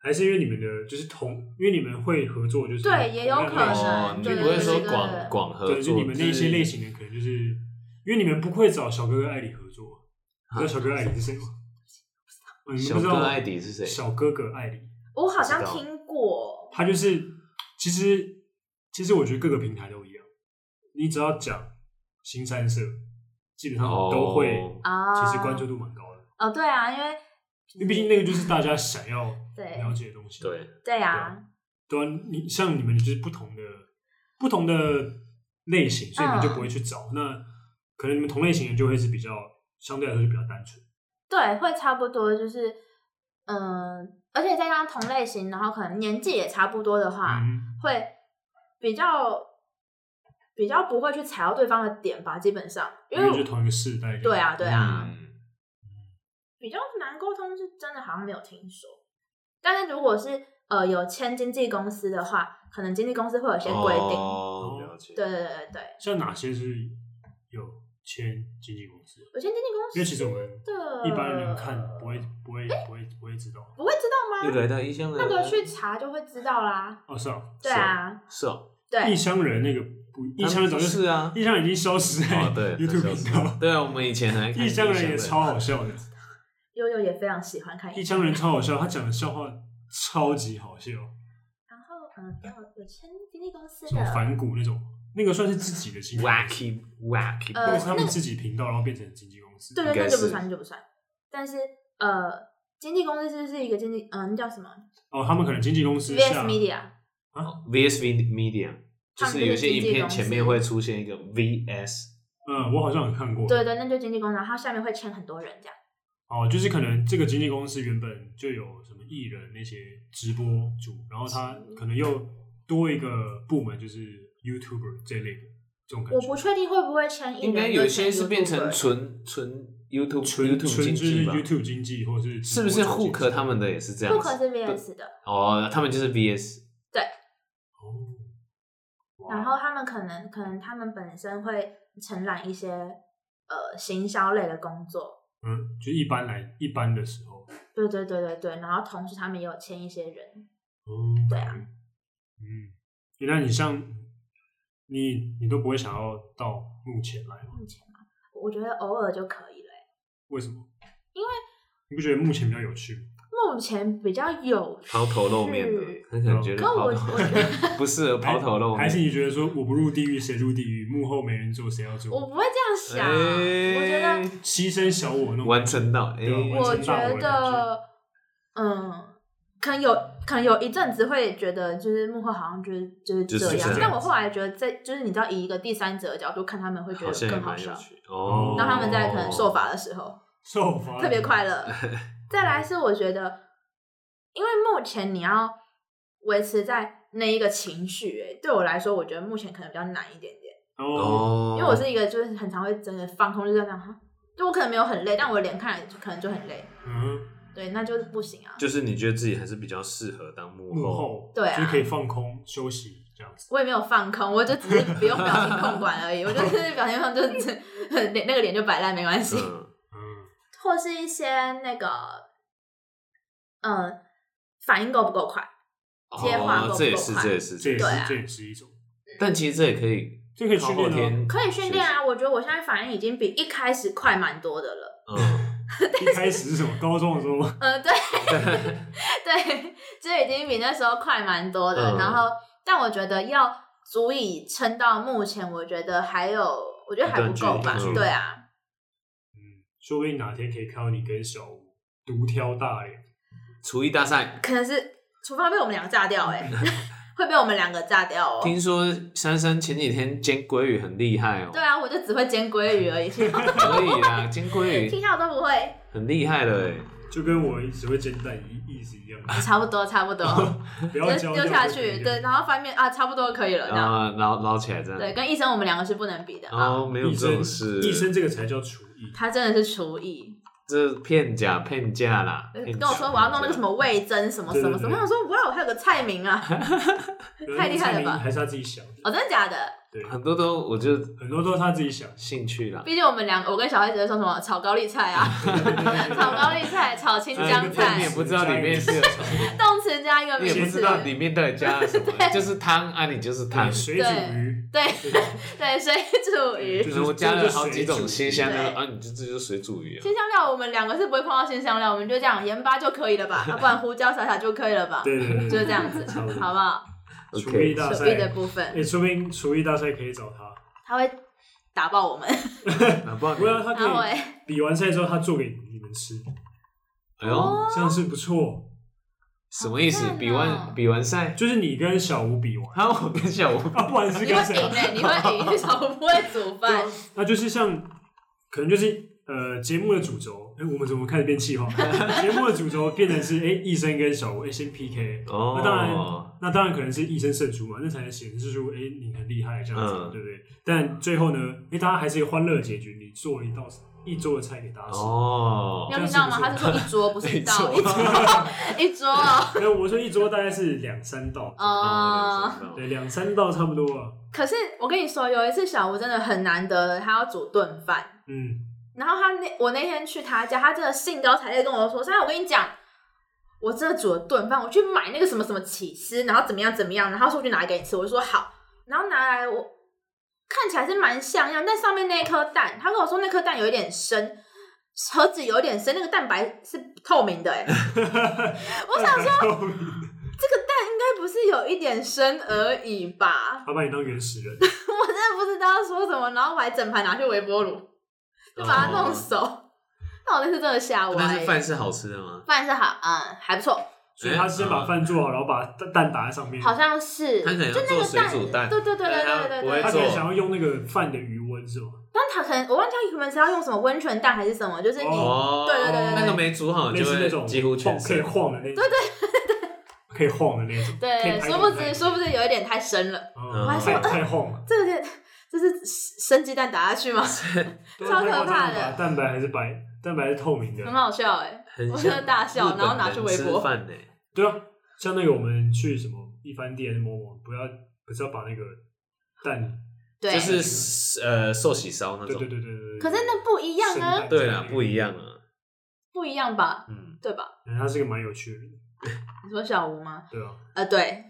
[SPEAKER 1] 还是因为你们的就是同，因为你们会合作，就是
[SPEAKER 3] 对也有
[SPEAKER 1] 同样
[SPEAKER 3] 可
[SPEAKER 1] 类型
[SPEAKER 2] 哦，
[SPEAKER 3] 能
[SPEAKER 2] 你
[SPEAKER 3] 对
[SPEAKER 2] 不会
[SPEAKER 3] 对
[SPEAKER 2] 说
[SPEAKER 3] 对
[SPEAKER 2] 广
[SPEAKER 3] 对
[SPEAKER 2] 广合
[SPEAKER 1] 对，就
[SPEAKER 2] 作，
[SPEAKER 1] 你们那些类型
[SPEAKER 2] 的
[SPEAKER 1] 的，可能就是因为你们不会找小哥哥艾里合作，你知道小哥哥艾里是 谁吗？哦你们
[SPEAKER 2] 啊小
[SPEAKER 1] 不知道
[SPEAKER 2] 哥艾迪是谁？
[SPEAKER 1] 小哥哥艾里，
[SPEAKER 3] 我好像
[SPEAKER 2] 不知道
[SPEAKER 3] 听过，
[SPEAKER 1] 他就是其实其实我觉得各个平台都一样，你只要讲新三社，基本上都会，
[SPEAKER 2] 哦
[SPEAKER 3] 啊，
[SPEAKER 1] 其实关注度蛮高的，
[SPEAKER 3] 哦，对啊，因为
[SPEAKER 1] 因为毕竟那个就是大家想要
[SPEAKER 3] 对
[SPEAKER 1] 了解的东西。
[SPEAKER 2] 对。
[SPEAKER 3] 对
[SPEAKER 1] 对
[SPEAKER 3] 啊
[SPEAKER 1] 啊，对啊，你像你们就是不同的不同的类型，所以你
[SPEAKER 3] 嗯
[SPEAKER 1] 们就不会去找。那可能你们同类型的就会是比较相对来说就比较单纯。
[SPEAKER 3] 对，会差不多，就是嗯，而且再加上同类型，然后可能年纪也差不多的话，
[SPEAKER 1] 嗯，
[SPEAKER 3] 会比较比较不会去踩到对方的点吧，基本上，因
[SPEAKER 1] 因为
[SPEAKER 3] 为
[SPEAKER 1] 就同一个世代。
[SPEAKER 3] 对，啊，对啊，
[SPEAKER 2] 嗯
[SPEAKER 3] 比较难沟通是真的，好像没有听说。但是如果是呃有签经纪公司的话，可
[SPEAKER 1] 哦
[SPEAKER 2] 哦
[SPEAKER 3] 能经纪公司会有一些规定，
[SPEAKER 2] 哦，了解。
[SPEAKER 3] 对对对对对。
[SPEAKER 1] 像哪些是有签经纪公司，
[SPEAKER 3] 我先经纪公司
[SPEAKER 1] 因为其实我们
[SPEAKER 3] 的
[SPEAKER 1] 一般人看不会不会不会不会知道。
[SPEAKER 3] 不会知道
[SPEAKER 2] 又
[SPEAKER 3] 吗？
[SPEAKER 2] 来到异乡人，
[SPEAKER 3] 那个去查就会知道啦。
[SPEAKER 1] 哦，是啊，
[SPEAKER 3] 对啊，
[SPEAKER 2] 是哦，
[SPEAKER 1] 异
[SPEAKER 3] 对，
[SPEAKER 1] 乡人那个不，异乡人早就
[SPEAKER 2] 不是啊，
[SPEAKER 1] 异乡人已经消失在
[SPEAKER 2] 哦 对
[SPEAKER 1] YouTube 频道，
[SPEAKER 2] 对啊，我们以前还看
[SPEAKER 1] 异乡人也超好笑的，
[SPEAKER 3] 悠悠也非常喜欢看
[SPEAKER 1] 异乡人超好笑，他讲的笑话超级好笑，
[SPEAKER 3] 然后嗯，给我有签经纪公司
[SPEAKER 1] 什么
[SPEAKER 3] 的，
[SPEAKER 1] 反骨那种，那个算是自己的经纪公司，
[SPEAKER 2] wacky wacky，
[SPEAKER 1] 那
[SPEAKER 3] 呃
[SPEAKER 2] 不
[SPEAKER 1] 个
[SPEAKER 2] 是
[SPEAKER 1] 是他们自己频道，然后变成经纪公司，
[SPEAKER 3] 对
[SPEAKER 2] 应
[SPEAKER 3] 对，
[SPEAKER 2] 该
[SPEAKER 3] 那就不
[SPEAKER 2] 是
[SPEAKER 3] 算，那就不算。但是呃，经纪公司就是一个经纪，嗯，那叫什么
[SPEAKER 1] 哦，他们可能经纪公司
[SPEAKER 3] ？VS
[SPEAKER 1] 下
[SPEAKER 3] Media，
[SPEAKER 2] VSV Media，就
[SPEAKER 3] 他们
[SPEAKER 2] 是有些
[SPEAKER 3] 就是经纪
[SPEAKER 2] 影片
[SPEAKER 3] 公司
[SPEAKER 2] 前面会出现一个 VS，
[SPEAKER 1] 嗯，我好像有看过，
[SPEAKER 3] 对对，那就经纪公司，然后下面会签很多人这样。
[SPEAKER 1] 哦，就是可能这个经纪公司原本就有什么艺人那些直播主，然后他可能又多一个部门，就是 YouTuber 这类的这种感
[SPEAKER 3] 我
[SPEAKER 1] 觉，
[SPEAKER 3] 不确定会不会签艺人，
[SPEAKER 2] 应该有些是变
[SPEAKER 3] 又签
[SPEAKER 2] 成
[SPEAKER 3] YouTuber
[SPEAKER 2] 纯纯 YouTube
[SPEAKER 1] 纯
[SPEAKER 2] YouTube
[SPEAKER 1] 纯就是
[SPEAKER 2] 经济吧。
[SPEAKER 1] YouTube 经济或是
[SPEAKER 2] 是不是
[SPEAKER 1] 户
[SPEAKER 2] Hook 他们的也是这样子？
[SPEAKER 3] 不可是 VS 的，
[SPEAKER 2] 哦，他们就是 VS，
[SPEAKER 1] 哦，哇
[SPEAKER 3] 然后他们可能可能他们本身会承揽一些呃行销类的工作，
[SPEAKER 1] 嗯，就一般来一般的时候，
[SPEAKER 3] 对对对对对，然后同时他们也有签一些人，
[SPEAKER 1] 哦，
[SPEAKER 3] 对啊，
[SPEAKER 1] 嗯，诶那你像你你都不会想要到目前来吗？
[SPEAKER 3] 目前嘛，我觉得偶尔就可以了欸、
[SPEAKER 1] 为什么？
[SPEAKER 3] 因为
[SPEAKER 1] 你不觉得目前比较有趣吗？
[SPEAKER 3] 欸目前比较有
[SPEAKER 2] 抛头露面的
[SPEAKER 3] 是，
[SPEAKER 2] 他可能觉得
[SPEAKER 3] 可我
[SPEAKER 2] 抛头
[SPEAKER 3] 我觉得
[SPEAKER 2] 不适合抛头露面，
[SPEAKER 1] 还是你觉得说我不入地狱谁入地狱？幕后没人做谁要
[SPEAKER 3] 我
[SPEAKER 1] 做？
[SPEAKER 3] 不会这样想，我觉得
[SPEAKER 2] 哎
[SPEAKER 1] 牺牲小我那种
[SPEAKER 2] 完成到哎
[SPEAKER 1] 对，啊完
[SPEAKER 3] 我
[SPEAKER 1] 成大我的
[SPEAKER 3] 觉
[SPEAKER 1] 感觉
[SPEAKER 3] 得，嗯，可能有可能有一阵子会觉得，就是幕后好像就是就是
[SPEAKER 2] 就是
[SPEAKER 3] 这样
[SPEAKER 1] 这样，
[SPEAKER 3] 但我后来觉得在，就是你知道，以一个第三者的角度看，他们会觉
[SPEAKER 2] 好像
[SPEAKER 3] 得
[SPEAKER 2] 也
[SPEAKER 3] 更好
[SPEAKER 2] 蛮有
[SPEAKER 3] 笑。
[SPEAKER 2] 趣哦。
[SPEAKER 3] 当他们在可能受罚的时候，
[SPEAKER 1] 受罚
[SPEAKER 3] 特别快 乐。再来是我觉得，因为目前你要维持在那一个情绪、欸，对我来说，我觉得目前可能比较难一点点，
[SPEAKER 1] 哦，
[SPEAKER 2] 哦，
[SPEAKER 3] 因为我是一个就是很常会真的放空，就是这样，哈就我可能没有很累，但我脸看起来就可能就很累，
[SPEAKER 1] 嗯，
[SPEAKER 3] 对，那就是不行啊。
[SPEAKER 2] 就是你觉得自己还是比较适合当幕
[SPEAKER 1] 幕
[SPEAKER 2] 哦
[SPEAKER 1] 后
[SPEAKER 3] 对啊
[SPEAKER 1] 就是可以放空休息这样子。
[SPEAKER 3] 我也没有放空，我就只是不用表情控 管而已。我就是表情控，就是呃脸那个脸就摆烂没关系，
[SPEAKER 2] 嗯，
[SPEAKER 1] 嗯，
[SPEAKER 3] 或是一些那个，嗯，反应够不够快？ 接话
[SPEAKER 2] 哦
[SPEAKER 3] 够不，够
[SPEAKER 2] 这也是
[SPEAKER 3] 快
[SPEAKER 2] 这也是
[SPEAKER 1] 这也是、
[SPEAKER 2] 这是，
[SPEAKER 3] 对啊
[SPEAKER 1] 这也是一种，
[SPEAKER 2] 但其实这也可以
[SPEAKER 1] 这可以
[SPEAKER 2] 靠
[SPEAKER 1] 训
[SPEAKER 2] 后
[SPEAKER 1] 练啊。
[SPEAKER 2] 天
[SPEAKER 3] 可以训练
[SPEAKER 2] 学习。
[SPEAKER 3] 啊！我觉得我现在反应已经比一开始快蛮多的了。
[SPEAKER 2] 嗯，
[SPEAKER 1] 一开始是什么？高中的时候，
[SPEAKER 3] 嗯，对，对，就已经比那时候快蛮多的。
[SPEAKER 2] 嗯
[SPEAKER 3] 然后，但我觉得要足以撑到目前，我觉得还有，我觉得还不够
[SPEAKER 2] 一
[SPEAKER 3] 吧
[SPEAKER 2] 段距？离
[SPEAKER 3] 对啊，
[SPEAKER 1] 嗯，说不定哪天可以看到你跟小吴独挑大梁。
[SPEAKER 2] 厨艺大赛，
[SPEAKER 3] 可能是厨房被我们两个炸掉、欸，会被我们两个炸掉哦、
[SPEAKER 2] 听说珊珊前几天煎鲑鱼很厉害哦。
[SPEAKER 3] 对啊，我就只会煎鲑鱼而已，其他
[SPEAKER 2] 可以啦，煎鲑
[SPEAKER 3] 其
[SPEAKER 2] 鱼
[SPEAKER 3] 他我都不会。
[SPEAKER 2] 很厉害 的哎。
[SPEAKER 1] 就跟我只会煎蛋意意思一样，
[SPEAKER 3] 差不多，差不多，
[SPEAKER 1] 不
[SPEAKER 3] 就
[SPEAKER 1] 要教
[SPEAKER 3] 丢下去，对，，然后翻面啊，差不多可以了，这样。
[SPEAKER 2] 啊，捞捞起来这样。
[SPEAKER 3] 对，跟医生我们两个是不能比的啊。
[SPEAKER 2] 哦，没有
[SPEAKER 1] 医
[SPEAKER 2] 这
[SPEAKER 1] 生
[SPEAKER 2] 种事，
[SPEAKER 1] 医生这个才叫厨艺，
[SPEAKER 3] 他真的是厨艺，
[SPEAKER 2] 这骗假骗假啦。
[SPEAKER 3] 呃跟我说我要弄那个什
[SPEAKER 2] 么，
[SPEAKER 3] 么味
[SPEAKER 2] 啊
[SPEAKER 3] 增什么什
[SPEAKER 1] 对对
[SPEAKER 3] 么什么，
[SPEAKER 1] 对
[SPEAKER 3] 我想说哇，我还有个菜名啊，太厉害了吧
[SPEAKER 1] 还是他自己想的，
[SPEAKER 3] 哦，真的假的？
[SPEAKER 1] 对，
[SPEAKER 2] 很多都我就
[SPEAKER 1] 很多都是他自己想的。
[SPEAKER 2] 兴趣啦。
[SPEAKER 3] 毕竟我们两个，我跟小黑只会说什么炒高丽菜 啊， 炒高丽菜，炒青江
[SPEAKER 2] 哎你
[SPEAKER 3] 菜
[SPEAKER 2] 也，不知道里面是有什么，
[SPEAKER 3] 动词加一个
[SPEAKER 2] 你
[SPEAKER 3] 名
[SPEAKER 2] 也
[SPEAKER 3] 词，
[SPEAKER 2] 不知道里面到底加了 什么，就是汤啊，你就是汤
[SPEAKER 1] 对，。水煮鱼，
[SPEAKER 3] 对 对，水煮鱼
[SPEAKER 1] 就。
[SPEAKER 2] 就是是我加了好几
[SPEAKER 1] 这
[SPEAKER 2] 种
[SPEAKER 1] 就是水
[SPEAKER 2] 鲜
[SPEAKER 1] 煮
[SPEAKER 2] 香料
[SPEAKER 3] 对
[SPEAKER 2] 啊，你就这就是水煮鱼啊。
[SPEAKER 3] 鲜香料我们两个是不会碰到鲜香料，我们就这样盐巴就可以了 吧，啊、不然胡椒撒撒就可以了吧，
[SPEAKER 1] 对对对，
[SPEAKER 3] 就是这样子，
[SPEAKER 1] 差不多
[SPEAKER 3] 好不好？
[SPEAKER 1] 厨艺
[SPEAKER 2] OK，
[SPEAKER 1] 大
[SPEAKER 3] 手臂的
[SPEAKER 1] 赛，
[SPEAKER 3] 部分，
[SPEAKER 1] 哎，说不定厨艺大赛可以找他，
[SPEAKER 3] 他会打爆我们，
[SPEAKER 2] 那不然
[SPEAKER 1] 不然他可
[SPEAKER 3] 他会
[SPEAKER 1] 以比完赛之后他做给你们吃，
[SPEAKER 2] 哎呦，
[SPEAKER 1] 这样是不错。
[SPEAKER 2] 什么意思
[SPEAKER 3] 哦好？看
[SPEAKER 2] 比
[SPEAKER 3] 哦
[SPEAKER 2] 完比完赛，
[SPEAKER 1] 就是你跟小吴比完，
[SPEAKER 2] 然后我跟 小吴
[SPEAKER 1] 啊，不然是
[SPEAKER 3] 你
[SPEAKER 1] 跟谁？
[SPEAKER 3] 会赢哎，你 会赢，因为小吴不会煮饭，
[SPEAKER 1] 那就是像，可能就是呃节目的主轴，哎、我们怎么开始变气话？ 节目的主轴变成是哎，医、生跟小吴哎、先 PK，那当然
[SPEAKER 2] 哦，
[SPEAKER 1] 那当然可能是医生胜出嘛，那才能显示出哎、你很厉害这样子，
[SPEAKER 2] 嗯
[SPEAKER 1] 对不对？但最后呢，哎、大家还是一个欢乐结局，你做一道一桌的菜给大家 吃。
[SPEAKER 2] 哦
[SPEAKER 3] 你有听到
[SPEAKER 1] 这
[SPEAKER 3] 吗？他
[SPEAKER 1] 样
[SPEAKER 3] 是
[SPEAKER 1] 是不是
[SPEAKER 3] 说一桌，不
[SPEAKER 1] 啊
[SPEAKER 3] 是一道，
[SPEAKER 2] 一
[SPEAKER 3] 一
[SPEAKER 2] 桌
[SPEAKER 3] 桌，一 桌哦。
[SPEAKER 1] 没有，我说一桌大概是两三道，
[SPEAKER 3] 哦
[SPEAKER 2] 哦，
[SPEAKER 1] 对，两三道差不多啊。
[SPEAKER 3] 可是我跟你说，有一次小吴真的很难得了，他要煮炖饭，
[SPEAKER 1] 嗯，
[SPEAKER 3] 然后他那我那天去他家，他真的兴高采烈地跟我说：“珊珊，我跟你讲，我真的煮了炖饭，我去买那个什么什么起司，然后怎么样怎么样。”然后他说：“我去拿来给你吃。”我就说：“好。”然后拿来我看起来是蛮像样，但上面那颗蛋，他跟我说那颗蛋有一点深。盒子有点深，那个蛋白是透明的、欸，
[SPEAKER 1] 我 想说，
[SPEAKER 3] 这个蛋应该不是有一点深而已吧？
[SPEAKER 1] 他把你当原始人，
[SPEAKER 3] 我真的不知道说什么，然后我还整盘拿去微波炉，就把它弄熟。那、我那次真的吓歪。
[SPEAKER 2] 哦但是饭是好吃的吗？
[SPEAKER 3] 饭是好，嗯，还不错，
[SPEAKER 1] 所以他是先
[SPEAKER 2] 哎嗯
[SPEAKER 1] 把饭做好，然后把蛋蛋打在上面。
[SPEAKER 3] 好像是。
[SPEAKER 2] 他可能要
[SPEAKER 3] 就那
[SPEAKER 2] 做
[SPEAKER 3] 个
[SPEAKER 2] 水
[SPEAKER 3] 蛋，
[SPEAKER 2] 煮蛋，
[SPEAKER 3] 对对对对
[SPEAKER 2] 但
[SPEAKER 3] 对
[SPEAKER 2] 他
[SPEAKER 3] 对
[SPEAKER 2] 不
[SPEAKER 3] 对
[SPEAKER 2] 会
[SPEAKER 1] 他
[SPEAKER 3] 对。
[SPEAKER 1] 可能
[SPEAKER 2] 做
[SPEAKER 1] 想要用那个饭的余温是吗？
[SPEAKER 3] 但他可能我忘记他们是要用什么温泉蛋还是什么，就是你、
[SPEAKER 1] 哦
[SPEAKER 2] 哦，
[SPEAKER 3] 对对对对对
[SPEAKER 2] 那个没煮好
[SPEAKER 1] 类
[SPEAKER 2] 就
[SPEAKER 1] 似那种
[SPEAKER 2] 会几乎全
[SPEAKER 1] 晃可以晃的那
[SPEAKER 2] 身。
[SPEAKER 1] 种，对对对， 可以晃的那种，可以
[SPEAKER 3] 对，
[SPEAKER 1] 拍
[SPEAKER 3] 殊不
[SPEAKER 1] 动态
[SPEAKER 3] 知殊不知有一点太深了，
[SPEAKER 1] 嗯
[SPEAKER 2] 我还
[SPEAKER 1] 太
[SPEAKER 2] 说
[SPEAKER 1] 太晃 了，
[SPEAKER 3] 这个是这是生鸡蛋打下去吗？
[SPEAKER 1] 对
[SPEAKER 3] 超
[SPEAKER 1] 太夸
[SPEAKER 3] 可
[SPEAKER 1] 张
[SPEAKER 3] 怕
[SPEAKER 1] 了
[SPEAKER 3] 的
[SPEAKER 1] 吧蛋白还是白，蛋白是透明的
[SPEAKER 3] 很，好笑哎、
[SPEAKER 2] 很
[SPEAKER 3] 我
[SPEAKER 2] 像
[SPEAKER 3] 真的大笑
[SPEAKER 2] 日本
[SPEAKER 3] 然后拿去微波
[SPEAKER 2] 人吃饭呢，
[SPEAKER 1] 对啊，像那个我们去什么一番店某某，不要不是要把那个蛋，
[SPEAKER 3] 对，
[SPEAKER 2] 就是呃寿喜烧那
[SPEAKER 1] 对对
[SPEAKER 2] 种。
[SPEAKER 1] 对对对，对
[SPEAKER 3] 可是那不一样啊，
[SPEAKER 1] 生蛋
[SPEAKER 2] 对啊，不一样啊。
[SPEAKER 3] 不一样吧，
[SPEAKER 2] 嗯，
[SPEAKER 3] 对吧？
[SPEAKER 1] 嗯他是个蛮有趣的人，
[SPEAKER 3] 你说小吴吗？
[SPEAKER 1] 对啊，
[SPEAKER 3] 呃，对，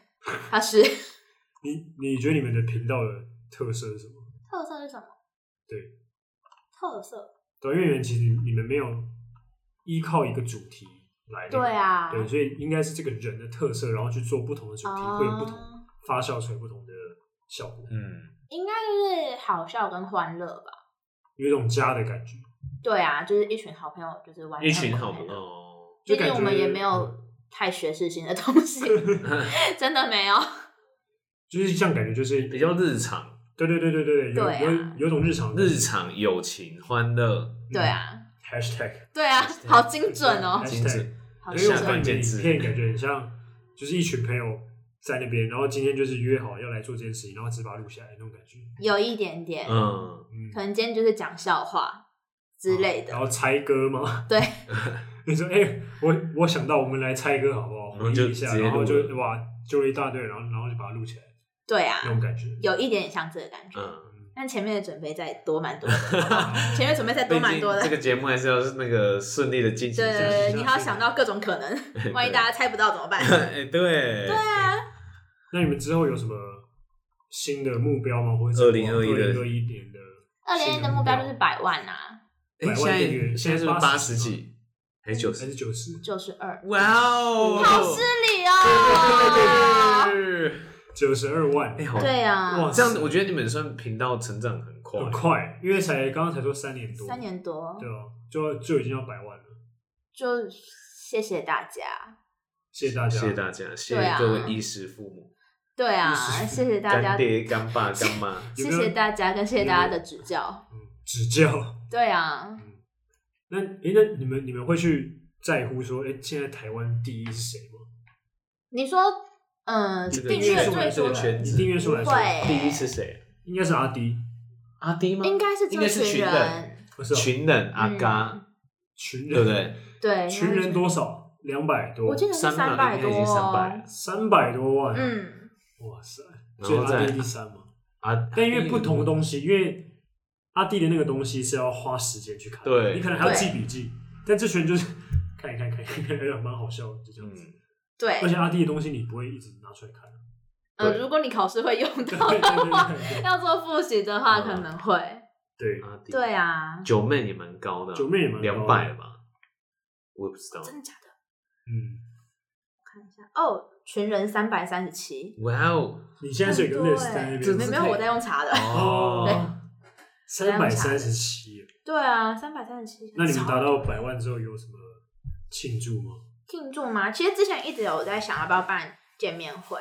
[SPEAKER 3] 他是
[SPEAKER 1] 你你觉得你们的频道的特色是什么？
[SPEAKER 3] 特色是什么？
[SPEAKER 1] 对，
[SPEAKER 3] 特色。
[SPEAKER 1] 对，啊因为你们其实你们没有依靠一个主题来那个，
[SPEAKER 3] 对啊，
[SPEAKER 1] 对，所以应该是这个人的特色，然后去做不同的主题，会有不同
[SPEAKER 3] 哦
[SPEAKER 1] 发酵出来不同的效果，
[SPEAKER 2] 嗯，
[SPEAKER 3] 应该就是好笑跟欢乐吧。
[SPEAKER 1] 有一种家的感觉。
[SPEAKER 3] 对啊，就是一群好朋友，就是玩
[SPEAKER 2] 一群好朋
[SPEAKER 3] 朋
[SPEAKER 2] 友
[SPEAKER 3] 友。
[SPEAKER 2] 哦。
[SPEAKER 1] 就
[SPEAKER 3] 毕
[SPEAKER 1] 感
[SPEAKER 3] 竟
[SPEAKER 1] 觉嗯
[SPEAKER 3] 我们也没有太学术性的东西，真的没有。
[SPEAKER 1] 就是像感觉就是
[SPEAKER 2] 比较日常，
[SPEAKER 1] 对对对对对有
[SPEAKER 3] 对啊
[SPEAKER 1] 有有种日常嗯
[SPEAKER 2] 日常友情欢乐，
[SPEAKER 3] 对啊，
[SPEAKER 1] hashtag
[SPEAKER 3] 对啊，好精准哦，
[SPEAKER 2] 精致。
[SPEAKER 3] 好
[SPEAKER 1] 因为
[SPEAKER 3] 精
[SPEAKER 1] 我
[SPEAKER 2] 像
[SPEAKER 1] 看
[SPEAKER 2] 关
[SPEAKER 1] 你的
[SPEAKER 2] 键字
[SPEAKER 1] 影片，感觉很像就是一群朋友在那边，然后今天就是约好要来做这件事情，然后只把它录下来那种感觉，
[SPEAKER 3] 有一点点。
[SPEAKER 2] 嗯，
[SPEAKER 1] 嗯，
[SPEAKER 3] 可能今天就是讲笑话之类的
[SPEAKER 1] 然。后猜歌嘛，
[SPEAKER 3] 对，
[SPEAKER 1] 你说哎、我我想到我们来猜歌好不好？
[SPEAKER 2] 我
[SPEAKER 1] 回
[SPEAKER 2] 们就
[SPEAKER 1] 忆一下，
[SPEAKER 2] 直接
[SPEAKER 1] 然后
[SPEAKER 2] 录
[SPEAKER 1] 就
[SPEAKER 2] 了
[SPEAKER 1] 哇揪了一大堆，然后然后就把它录起来，
[SPEAKER 3] 对啊
[SPEAKER 1] 那，种感觉。
[SPEAKER 3] 有一点点像这个感觉。
[SPEAKER 2] 嗯，
[SPEAKER 3] 但前面的准备再多蛮多的，
[SPEAKER 1] 啊
[SPEAKER 3] 前面准备再多
[SPEAKER 2] 毕
[SPEAKER 3] 蛮
[SPEAKER 2] 竟
[SPEAKER 3] 多的
[SPEAKER 2] 这。个节目还是要那个顺利的进行
[SPEAKER 3] 对
[SPEAKER 2] 下
[SPEAKER 3] 对
[SPEAKER 2] 去。
[SPEAKER 3] 对，你还要想到各种可能，万一大家猜不到怎么 办？
[SPEAKER 2] 哎，对，对啊，
[SPEAKER 1] 那你们之后有什么新的目标吗？或者
[SPEAKER 2] 2021的
[SPEAKER 1] 二一年的
[SPEAKER 3] 二零一的目标就是百万啊，
[SPEAKER 1] 百
[SPEAKER 2] 哎，
[SPEAKER 1] 万
[SPEAKER 2] 现在
[SPEAKER 1] 订阅
[SPEAKER 2] 现在是不是
[SPEAKER 1] 现在
[SPEAKER 2] 八
[SPEAKER 1] 80
[SPEAKER 2] 十几还是九
[SPEAKER 1] 还
[SPEAKER 2] 十
[SPEAKER 1] 是？九十？
[SPEAKER 3] 就是二。
[SPEAKER 2] 哇哦，
[SPEAKER 3] 好啊失礼哦！
[SPEAKER 2] 对
[SPEAKER 1] 九十二万，
[SPEAKER 2] 哎，好，
[SPEAKER 3] 对啊
[SPEAKER 1] 哇，
[SPEAKER 2] 这样子我觉得你们算频道成长很快，
[SPEAKER 1] 很快，因为才刚刚才说三年多，
[SPEAKER 3] 三，年多
[SPEAKER 1] 对啊，就就已经要百万了，
[SPEAKER 3] 就谢谢大家。
[SPEAKER 1] 谢谢大家，
[SPEAKER 2] 谢谢大家，谢
[SPEAKER 3] 对
[SPEAKER 2] 谢
[SPEAKER 3] 啊
[SPEAKER 2] 各位衣食父母、
[SPEAKER 3] 对啊，
[SPEAKER 1] 是
[SPEAKER 3] 谢谢大
[SPEAKER 2] 干
[SPEAKER 3] 家，
[SPEAKER 2] 爹、干爸、干 妈。
[SPEAKER 3] 谢谢大家跟谢谢大家的指教。
[SPEAKER 1] 嗯，指教。
[SPEAKER 3] 对啊，
[SPEAKER 1] 那诶，那你们你们会去在乎说，诶，现在台湾第一是谁吗？
[SPEAKER 3] 你说，嗯，
[SPEAKER 2] 这个
[SPEAKER 3] 订
[SPEAKER 2] 订阅
[SPEAKER 3] 阅
[SPEAKER 2] 数
[SPEAKER 3] 最
[SPEAKER 2] 这
[SPEAKER 3] 多
[SPEAKER 2] 个
[SPEAKER 3] 的
[SPEAKER 2] 圈
[SPEAKER 1] 你
[SPEAKER 2] 子
[SPEAKER 1] 订阅数来
[SPEAKER 3] 不
[SPEAKER 1] 说，
[SPEAKER 3] 会，
[SPEAKER 2] 第一是谁？
[SPEAKER 1] 应该是阿迪，
[SPEAKER 2] 阿迪吗？
[SPEAKER 3] 应该是
[SPEAKER 2] 应
[SPEAKER 3] 这
[SPEAKER 2] 该是
[SPEAKER 3] 群
[SPEAKER 2] 群人，
[SPEAKER 3] 人，嗯
[SPEAKER 1] 不是哦
[SPEAKER 2] 群人阿嘎，
[SPEAKER 1] 群
[SPEAKER 2] 对
[SPEAKER 1] 人
[SPEAKER 2] 不对？
[SPEAKER 3] 对，
[SPEAKER 1] 群人多少？两百多，
[SPEAKER 3] 我记得是
[SPEAKER 2] 三
[SPEAKER 3] 百
[SPEAKER 2] 百应该已经三百
[SPEAKER 3] 多
[SPEAKER 2] 了，，
[SPEAKER 1] 三百多万，，
[SPEAKER 3] 嗯，
[SPEAKER 1] 哇塞，
[SPEAKER 2] 然
[SPEAKER 1] 所以
[SPEAKER 2] 后
[SPEAKER 1] 阿
[SPEAKER 2] 再
[SPEAKER 1] 迪第三嘛。
[SPEAKER 2] 阿，
[SPEAKER 1] 但因为不同的东西，因为阿弟的那个东西是要花时间去看，
[SPEAKER 2] 对
[SPEAKER 1] 你可能还要记笔记，但这群就是 看一看看一看，看一看蛮好笑的，就这样子。
[SPEAKER 2] 嗯，
[SPEAKER 3] 对
[SPEAKER 1] 而，且阿弟的东西你不会一直拿出 来看，
[SPEAKER 3] 呃，
[SPEAKER 2] 对
[SPEAKER 3] 如果你考试会用
[SPEAKER 1] 对
[SPEAKER 3] 到
[SPEAKER 1] 对
[SPEAKER 3] 的话，
[SPEAKER 1] 对
[SPEAKER 3] 要做复习的话
[SPEAKER 2] 嗯
[SPEAKER 3] 可能会，
[SPEAKER 1] 对对，
[SPEAKER 2] 阿迪，
[SPEAKER 3] 对，啊，
[SPEAKER 2] 九妹也蛮高的啊，
[SPEAKER 1] 九妹也蛮高的
[SPEAKER 2] 两百吧，我也不知道。
[SPEAKER 3] 真的假的？
[SPEAKER 1] 嗯，
[SPEAKER 3] 我看一下，哦，群人三百三十七，
[SPEAKER 2] 哇哦，
[SPEAKER 1] 你现在是有个
[SPEAKER 3] 很多
[SPEAKER 1] list 在那
[SPEAKER 2] 欸
[SPEAKER 3] 没
[SPEAKER 1] 边
[SPEAKER 3] 有
[SPEAKER 2] 这
[SPEAKER 3] 没有我在用查的，
[SPEAKER 2] 哦，
[SPEAKER 1] 三百三十七，
[SPEAKER 3] 对啊，三百三十七，
[SPEAKER 1] 那你们达
[SPEAKER 3] 超
[SPEAKER 1] 到百万之后有什么庆祝吗？
[SPEAKER 3] 庆祝吗？其实之前一直有在想要不要办见面会，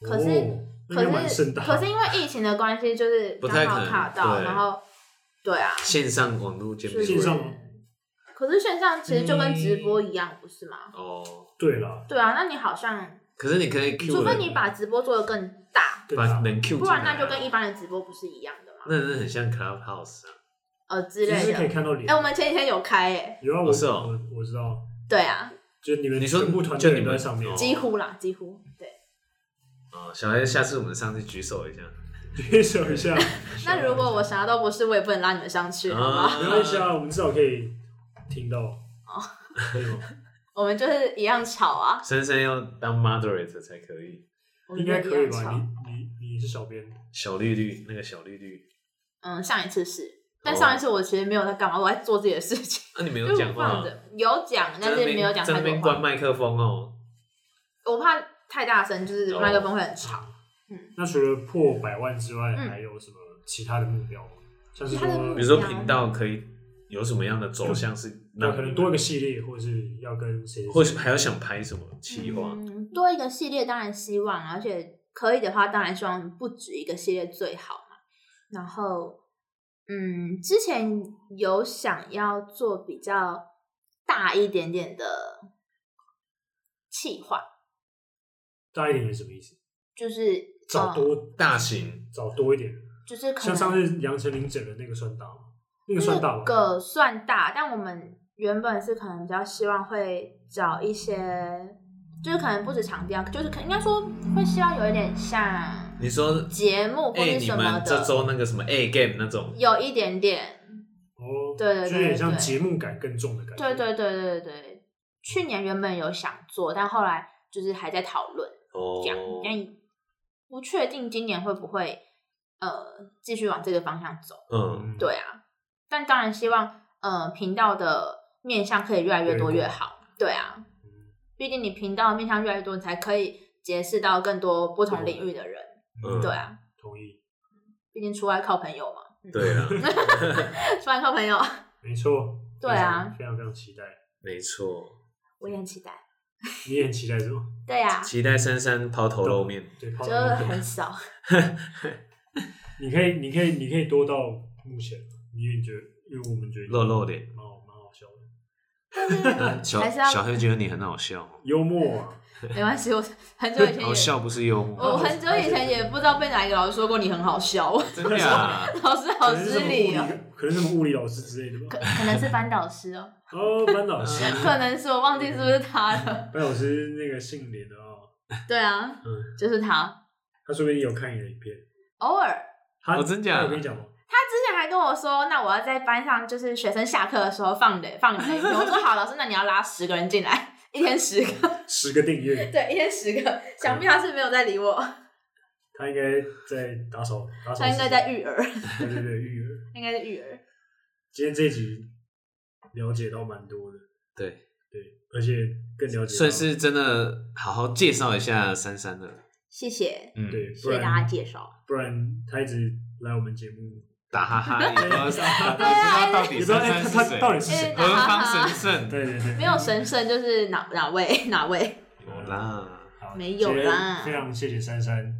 [SPEAKER 3] 可是
[SPEAKER 1] 哦那
[SPEAKER 3] 可
[SPEAKER 1] 应该蛮盛
[SPEAKER 3] 是
[SPEAKER 1] 大的，
[SPEAKER 3] 可是因为疫情的关系，就是
[SPEAKER 2] 不太
[SPEAKER 3] 刚
[SPEAKER 2] 可
[SPEAKER 3] 好
[SPEAKER 2] 能
[SPEAKER 3] 卡到，
[SPEAKER 2] 对
[SPEAKER 3] 然后对啊，
[SPEAKER 2] 线上网络见面会，
[SPEAKER 1] 线上吗
[SPEAKER 3] 可是线上其实就跟直播一样，不是吗？
[SPEAKER 2] 哦，
[SPEAKER 1] 对啦，
[SPEAKER 3] 对啊，那你好像，
[SPEAKER 2] 可是你可以 Q，
[SPEAKER 3] 除非
[SPEAKER 2] 人
[SPEAKER 3] 你把直播做的更大，
[SPEAKER 1] 更
[SPEAKER 2] 把
[SPEAKER 1] 大
[SPEAKER 2] 能 Q，
[SPEAKER 3] 不然那就
[SPEAKER 2] 进来啊
[SPEAKER 3] 跟一般的直播不是一样的嘛。
[SPEAKER 2] 那真的很像 Clubhouse 啊，
[SPEAKER 3] 呃之
[SPEAKER 1] 其实
[SPEAKER 3] 类
[SPEAKER 1] 是可以
[SPEAKER 3] 的。
[SPEAKER 1] 看到脸
[SPEAKER 3] 哎、。我们前几天有开哎、
[SPEAKER 1] 有啊，
[SPEAKER 2] 哦
[SPEAKER 1] 我
[SPEAKER 2] 是哦
[SPEAKER 1] 我我知道，
[SPEAKER 3] 对啊，
[SPEAKER 1] 就你们
[SPEAKER 2] 你说
[SPEAKER 1] 全部团
[SPEAKER 2] 就
[SPEAKER 1] 队人
[SPEAKER 2] 你
[SPEAKER 1] 都
[SPEAKER 2] 们
[SPEAKER 1] 在上面
[SPEAKER 2] 哦，
[SPEAKER 3] 几乎啦，几乎对。
[SPEAKER 2] 哦，小黑，下次我们上去举手一下。
[SPEAKER 1] 举手一下。
[SPEAKER 3] 那如果我啥都不是，我也不能拉你们上去，好吗？
[SPEAKER 1] 没关系啊，我们至少可以听到。哦，可以吗？
[SPEAKER 3] 我们就是一样吵啊，
[SPEAKER 2] 深深要当 moderate 才可以。
[SPEAKER 3] 我
[SPEAKER 1] 应
[SPEAKER 3] 们就
[SPEAKER 1] 该
[SPEAKER 3] 一
[SPEAKER 1] 可以
[SPEAKER 3] 样
[SPEAKER 1] 吧？
[SPEAKER 3] 吵。
[SPEAKER 1] 你你你是小编，
[SPEAKER 2] 小绿绿，那个小绿绿，
[SPEAKER 3] 嗯，上一次是，但上一次我其实没有在干嘛，我在做自己的事情，
[SPEAKER 2] 那、你没
[SPEAKER 3] 就
[SPEAKER 2] 哦有讲
[SPEAKER 3] 是
[SPEAKER 2] 话
[SPEAKER 3] 放
[SPEAKER 2] 啊，
[SPEAKER 3] 着有讲，但
[SPEAKER 2] 在
[SPEAKER 3] 是
[SPEAKER 2] 那
[SPEAKER 3] 没
[SPEAKER 2] 边
[SPEAKER 3] 有讲
[SPEAKER 2] 在
[SPEAKER 3] 太
[SPEAKER 2] 那
[SPEAKER 3] 多
[SPEAKER 2] 边关
[SPEAKER 3] 话，
[SPEAKER 2] 麦克风哦。
[SPEAKER 3] 我怕太大声，就是
[SPEAKER 2] 哦
[SPEAKER 3] 麦克风会很吵。
[SPEAKER 1] 那除了破百万之外，
[SPEAKER 3] 嗯
[SPEAKER 1] 还有什么其他的目标吗？像是
[SPEAKER 3] 其他的目
[SPEAKER 1] 说
[SPEAKER 2] 比，如说频道可以有什么样的走向是
[SPEAKER 1] 那
[SPEAKER 2] 那
[SPEAKER 1] 可能多一个，系列，或是要跟谁？
[SPEAKER 2] 或许还有想拍什么企划，
[SPEAKER 3] 嗯，多一个系列当然希望，啊而且可以的话，当然希望不止一个系列最好嘛。然后，嗯，之前有想要做比较大一点点的企划，
[SPEAKER 1] 大一点是什么意思？
[SPEAKER 3] 就是
[SPEAKER 1] 找
[SPEAKER 3] 呃
[SPEAKER 1] 多
[SPEAKER 2] 大型
[SPEAKER 1] 找多一点，
[SPEAKER 3] 就是
[SPEAKER 1] 像
[SPEAKER 3] 可能
[SPEAKER 1] 上次杨丞琳整的那个算大吗？那个算大
[SPEAKER 3] 这
[SPEAKER 1] 吗？
[SPEAKER 3] 个算大，但我们原本是可能比较希望会找一些，就是可能不止场地啊，就是可应该说会希望有一点像
[SPEAKER 2] 你说，
[SPEAKER 3] 节目或
[SPEAKER 2] 哎、
[SPEAKER 3] 是
[SPEAKER 2] 你
[SPEAKER 3] 什么
[SPEAKER 2] 们这
[SPEAKER 3] 的，
[SPEAKER 2] 周那个什么 A game 那种，
[SPEAKER 3] 有一点点，
[SPEAKER 1] 哦，
[SPEAKER 3] 对对对
[SPEAKER 1] 就有点像
[SPEAKER 3] 对
[SPEAKER 1] 节目感更重的感觉。
[SPEAKER 3] 对对对对对对。去年原本有想做，但后来就是还在讨论
[SPEAKER 2] 哦
[SPEAKER 3] 这样，但不确定今年会不会呃继续往这个方向走。
[SPEAKER 2] 嗯，
[SPEAKER 1] 嗯，
[SPEAKER 3] 对啊，但当然希望呃频道的面向可以越来越多越好。对啊，毕竟你频道的面向越来越多，你才可以结识到更多不同领域的人。
[SPEAKER 2] 嗯
[SPEAKER 3] 对啊，
[SPEAKER 1] 同意，
[SPEAKER 3] 毕竟出来靠朋友嘛，嗯
[SPEAKER 2] 对啊，
[SPEAKER 3] 出来靠朋友，
[SPEAKER 1] 没错。
[SPEAKER 3] 对啊
[SPEAKER 1] 非常，非常非常期待。
[SPEAKER 2] 没错，
[SPEAKER 3] 我也很期待。
[SPEAKER 1] 你也很期待是吗？
[SPEAKER 3] 对啊，
[SPEAKER 2] 期待珊珊抛头露面，
[SPEAKER 1] 对，泡
[SPEAKER 3] 就
[SPEAKER 1] 到那边
[SPEAKER 3] 很少。
[SPEAKER 1] 你可以，你可以，你可以多到目前，因为你觉得，因为我们觉得
[SPEAKER 2] 露露脸。
[SPEAKER 1] 蛮好，蛮好笑的，
[SPEAKER 2] 小
[SPEAKER 3] 还是要
[SPEAKER 2] 小黑觉得你很好笑，哦
[SPEAKER 1] 幽默、啊。
[SPEAKER 3] 没关系，我很久以前
[SPEAKER 2] 好
[SPEAKER 3] 也，
[SPEAKER 2] 笑不是幽默，
[SPEAKER 3] 我很久以前也不知道被哪一个老师说过你很好笑，
[SPEAKER 2] 真的啊，
[SPEAKER 3] 老师好失 礼哦。
[SPEAKER 1] 可能是什么物理，可能是什么物理老师之类的
[SPEAKER 3] 可
[SPEAKER 1] 吧。
[SPEAKER 3] 可能是班导师哦，
[SPEAKER 1] 哦，班老师，
[SPEAKER 3] 可能是我忘记是不是他了。
[SPEAKER 1] 班老师那个姓连的啊，
[SPEAKER 3] 对啊，
[SPEAKER 1] 嗯，
[SPEAKER 3] 就是他，
[SPEAKER 1] 他说不定有看你的影片。
[SPEAKER 3] 偶尔
[SPEAKER 1] 他
[SPEAKER 2] 哦真假
[SPEAKER 1] 他有跟你讲吗？
[SPEAKER 3] 之前还跟我说，那我要在班上就是学生下课的时候放 的放你的影片。我说好，老师，那你要拉十个人进来， 一天十个，
[SPEAKER 1] 十个订阅，
[SPEAKER 3] 对，一天十个。想必他是没有在理我，
[SPEAKER 1] 他应该在打扫，打扫。
[SPEAKER 3] 他应该在。育儿，
[SPEAKER 1] 对对对，育儿。
[SPEAKER 3] 应该是育儿。
[SPEAKER 1] 今天这一集了解到蛮多的，
[SPEAKER 2] 对，
[SPEAKER 1] 对，而且更了解到，
[SPEAKER 2] 算是真的好好介绍一下珊珊了，
[SPEAKER 3] 谢谢，
[SPEAKER 2] 嗯，
[SPEAKER 1] 对，
[SPEAKER 3] 谢
[SPEAKER 1] 不
[SPEAKER 3] 谢大家
[SPEAKER 1] 然
[SPEAKER 3] 介绍。
[SPEAKER 1] 不然他一直来我们节目，
[SPEAKER 2] 打哈哈，也不知道
[SPEAKER 1] 对
[SPEAKER 2] 他到底
[SPEAKER 1] 也不
[SPEAKER 2] 不知
[SPEAKER 1] 知
[SPEAKER 2] 道
[SPEAKER 1] 道
[SPEAKER 2] 到
[SPEAKER 1] 哎，他他到底
[SPEAKER 2] 底珊珊是谁，
[SPEAKER 1] 是谁
[SPEAKER 3] 哎？
[SPEAKER 2] 何方 神圣？
[SPEAKER 1] 对对对，
[SPEAKER 3] 没有神圣就是哪哪位 哪位？
[SPEAKER 2] 有啦，
[SPEAKER 1] 好
[SPEAKER 3] 没有啦
[SPEAKER 1] 今天非常谢谢珊珊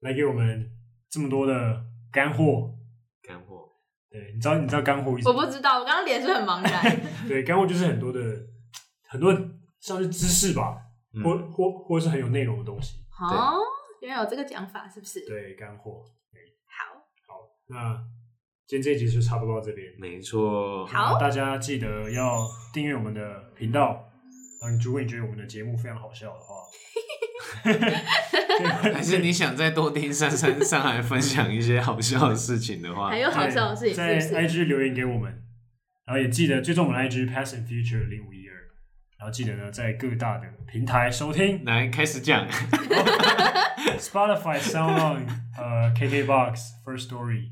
[SPEAKER 1] 来给我们这么多的干货。
[SPEAKER 2] 干货，
[SPEAKER 1] 对，你知道你知道干货意思
[SPEAKER 3] 我
[SPEAKER 1] 吗？
[SPEAKER 3] 不知道，我刚刚脸是很 茫然。
[SPEAKER 1] 对，干货就是很多的很多像是知识吧，
[SPEAKER 2] 嗯
[SPEAKER 1] 或或或是很有内容的东西。
[SPEAKER 3] 哦，原来有这个讲法，是不是？
[SPEAKER 1] 对，干货。
[SPEAKER 3] 好，
[SPEAKER 1] 那今天这一集就差不多到这边。
[SPEAKER 2] 没错，
[SPEAKER 3] 好
[SPEAKER 1] 大家记得要订阅我们的频道。嗯，如果你觉得我们的节目非常好笑的话，
[SPEAKER 2] 还是你想再多听珊珊上来分享一些好笑的事情的话
[SPEAKER 3] 还，有好笑的事情
[SPEAKER 1] 在
[SPEAKER 3] 是不
[SPEAKER 1] 在
[SPEAKER 3] 是？
[SPEAKER 1] IG 留言给我们，然后也记得追踪我们的 IG Past and Future 零五一二，然后记得呢在各大的平台收听
[SPEAKER 2] 来开始讲，
[SPEAKER 1] Spotify、SoundOn、呃 KKBox、First Story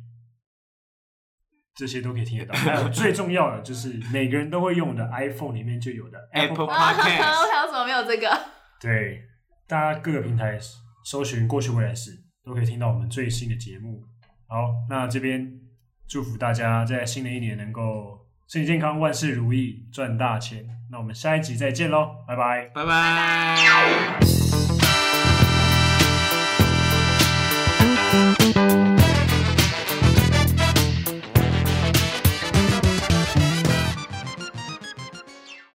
[SPEAKER 1] 这些都可以听得到。还有最重要的就是每个人都会用的 iPhone 里面就有的
[SPEAKER 2] Apple
[SPEAKER 1] Apple，
[SPEAKER 3] 啊
[SPEAKER 2] Podcast
[SPEAKER 3] 我想怎么没有这个？
[SPEAKER 1] 对，大家各个平台搜寻过去未来式都可以听到我们最新的节目。好，那这边祝福大家在新的一年能够身体健康，万事如意，赚大钱。那我们下一集再见喽，拜拜。
[SPEAKER 2] 拜拜。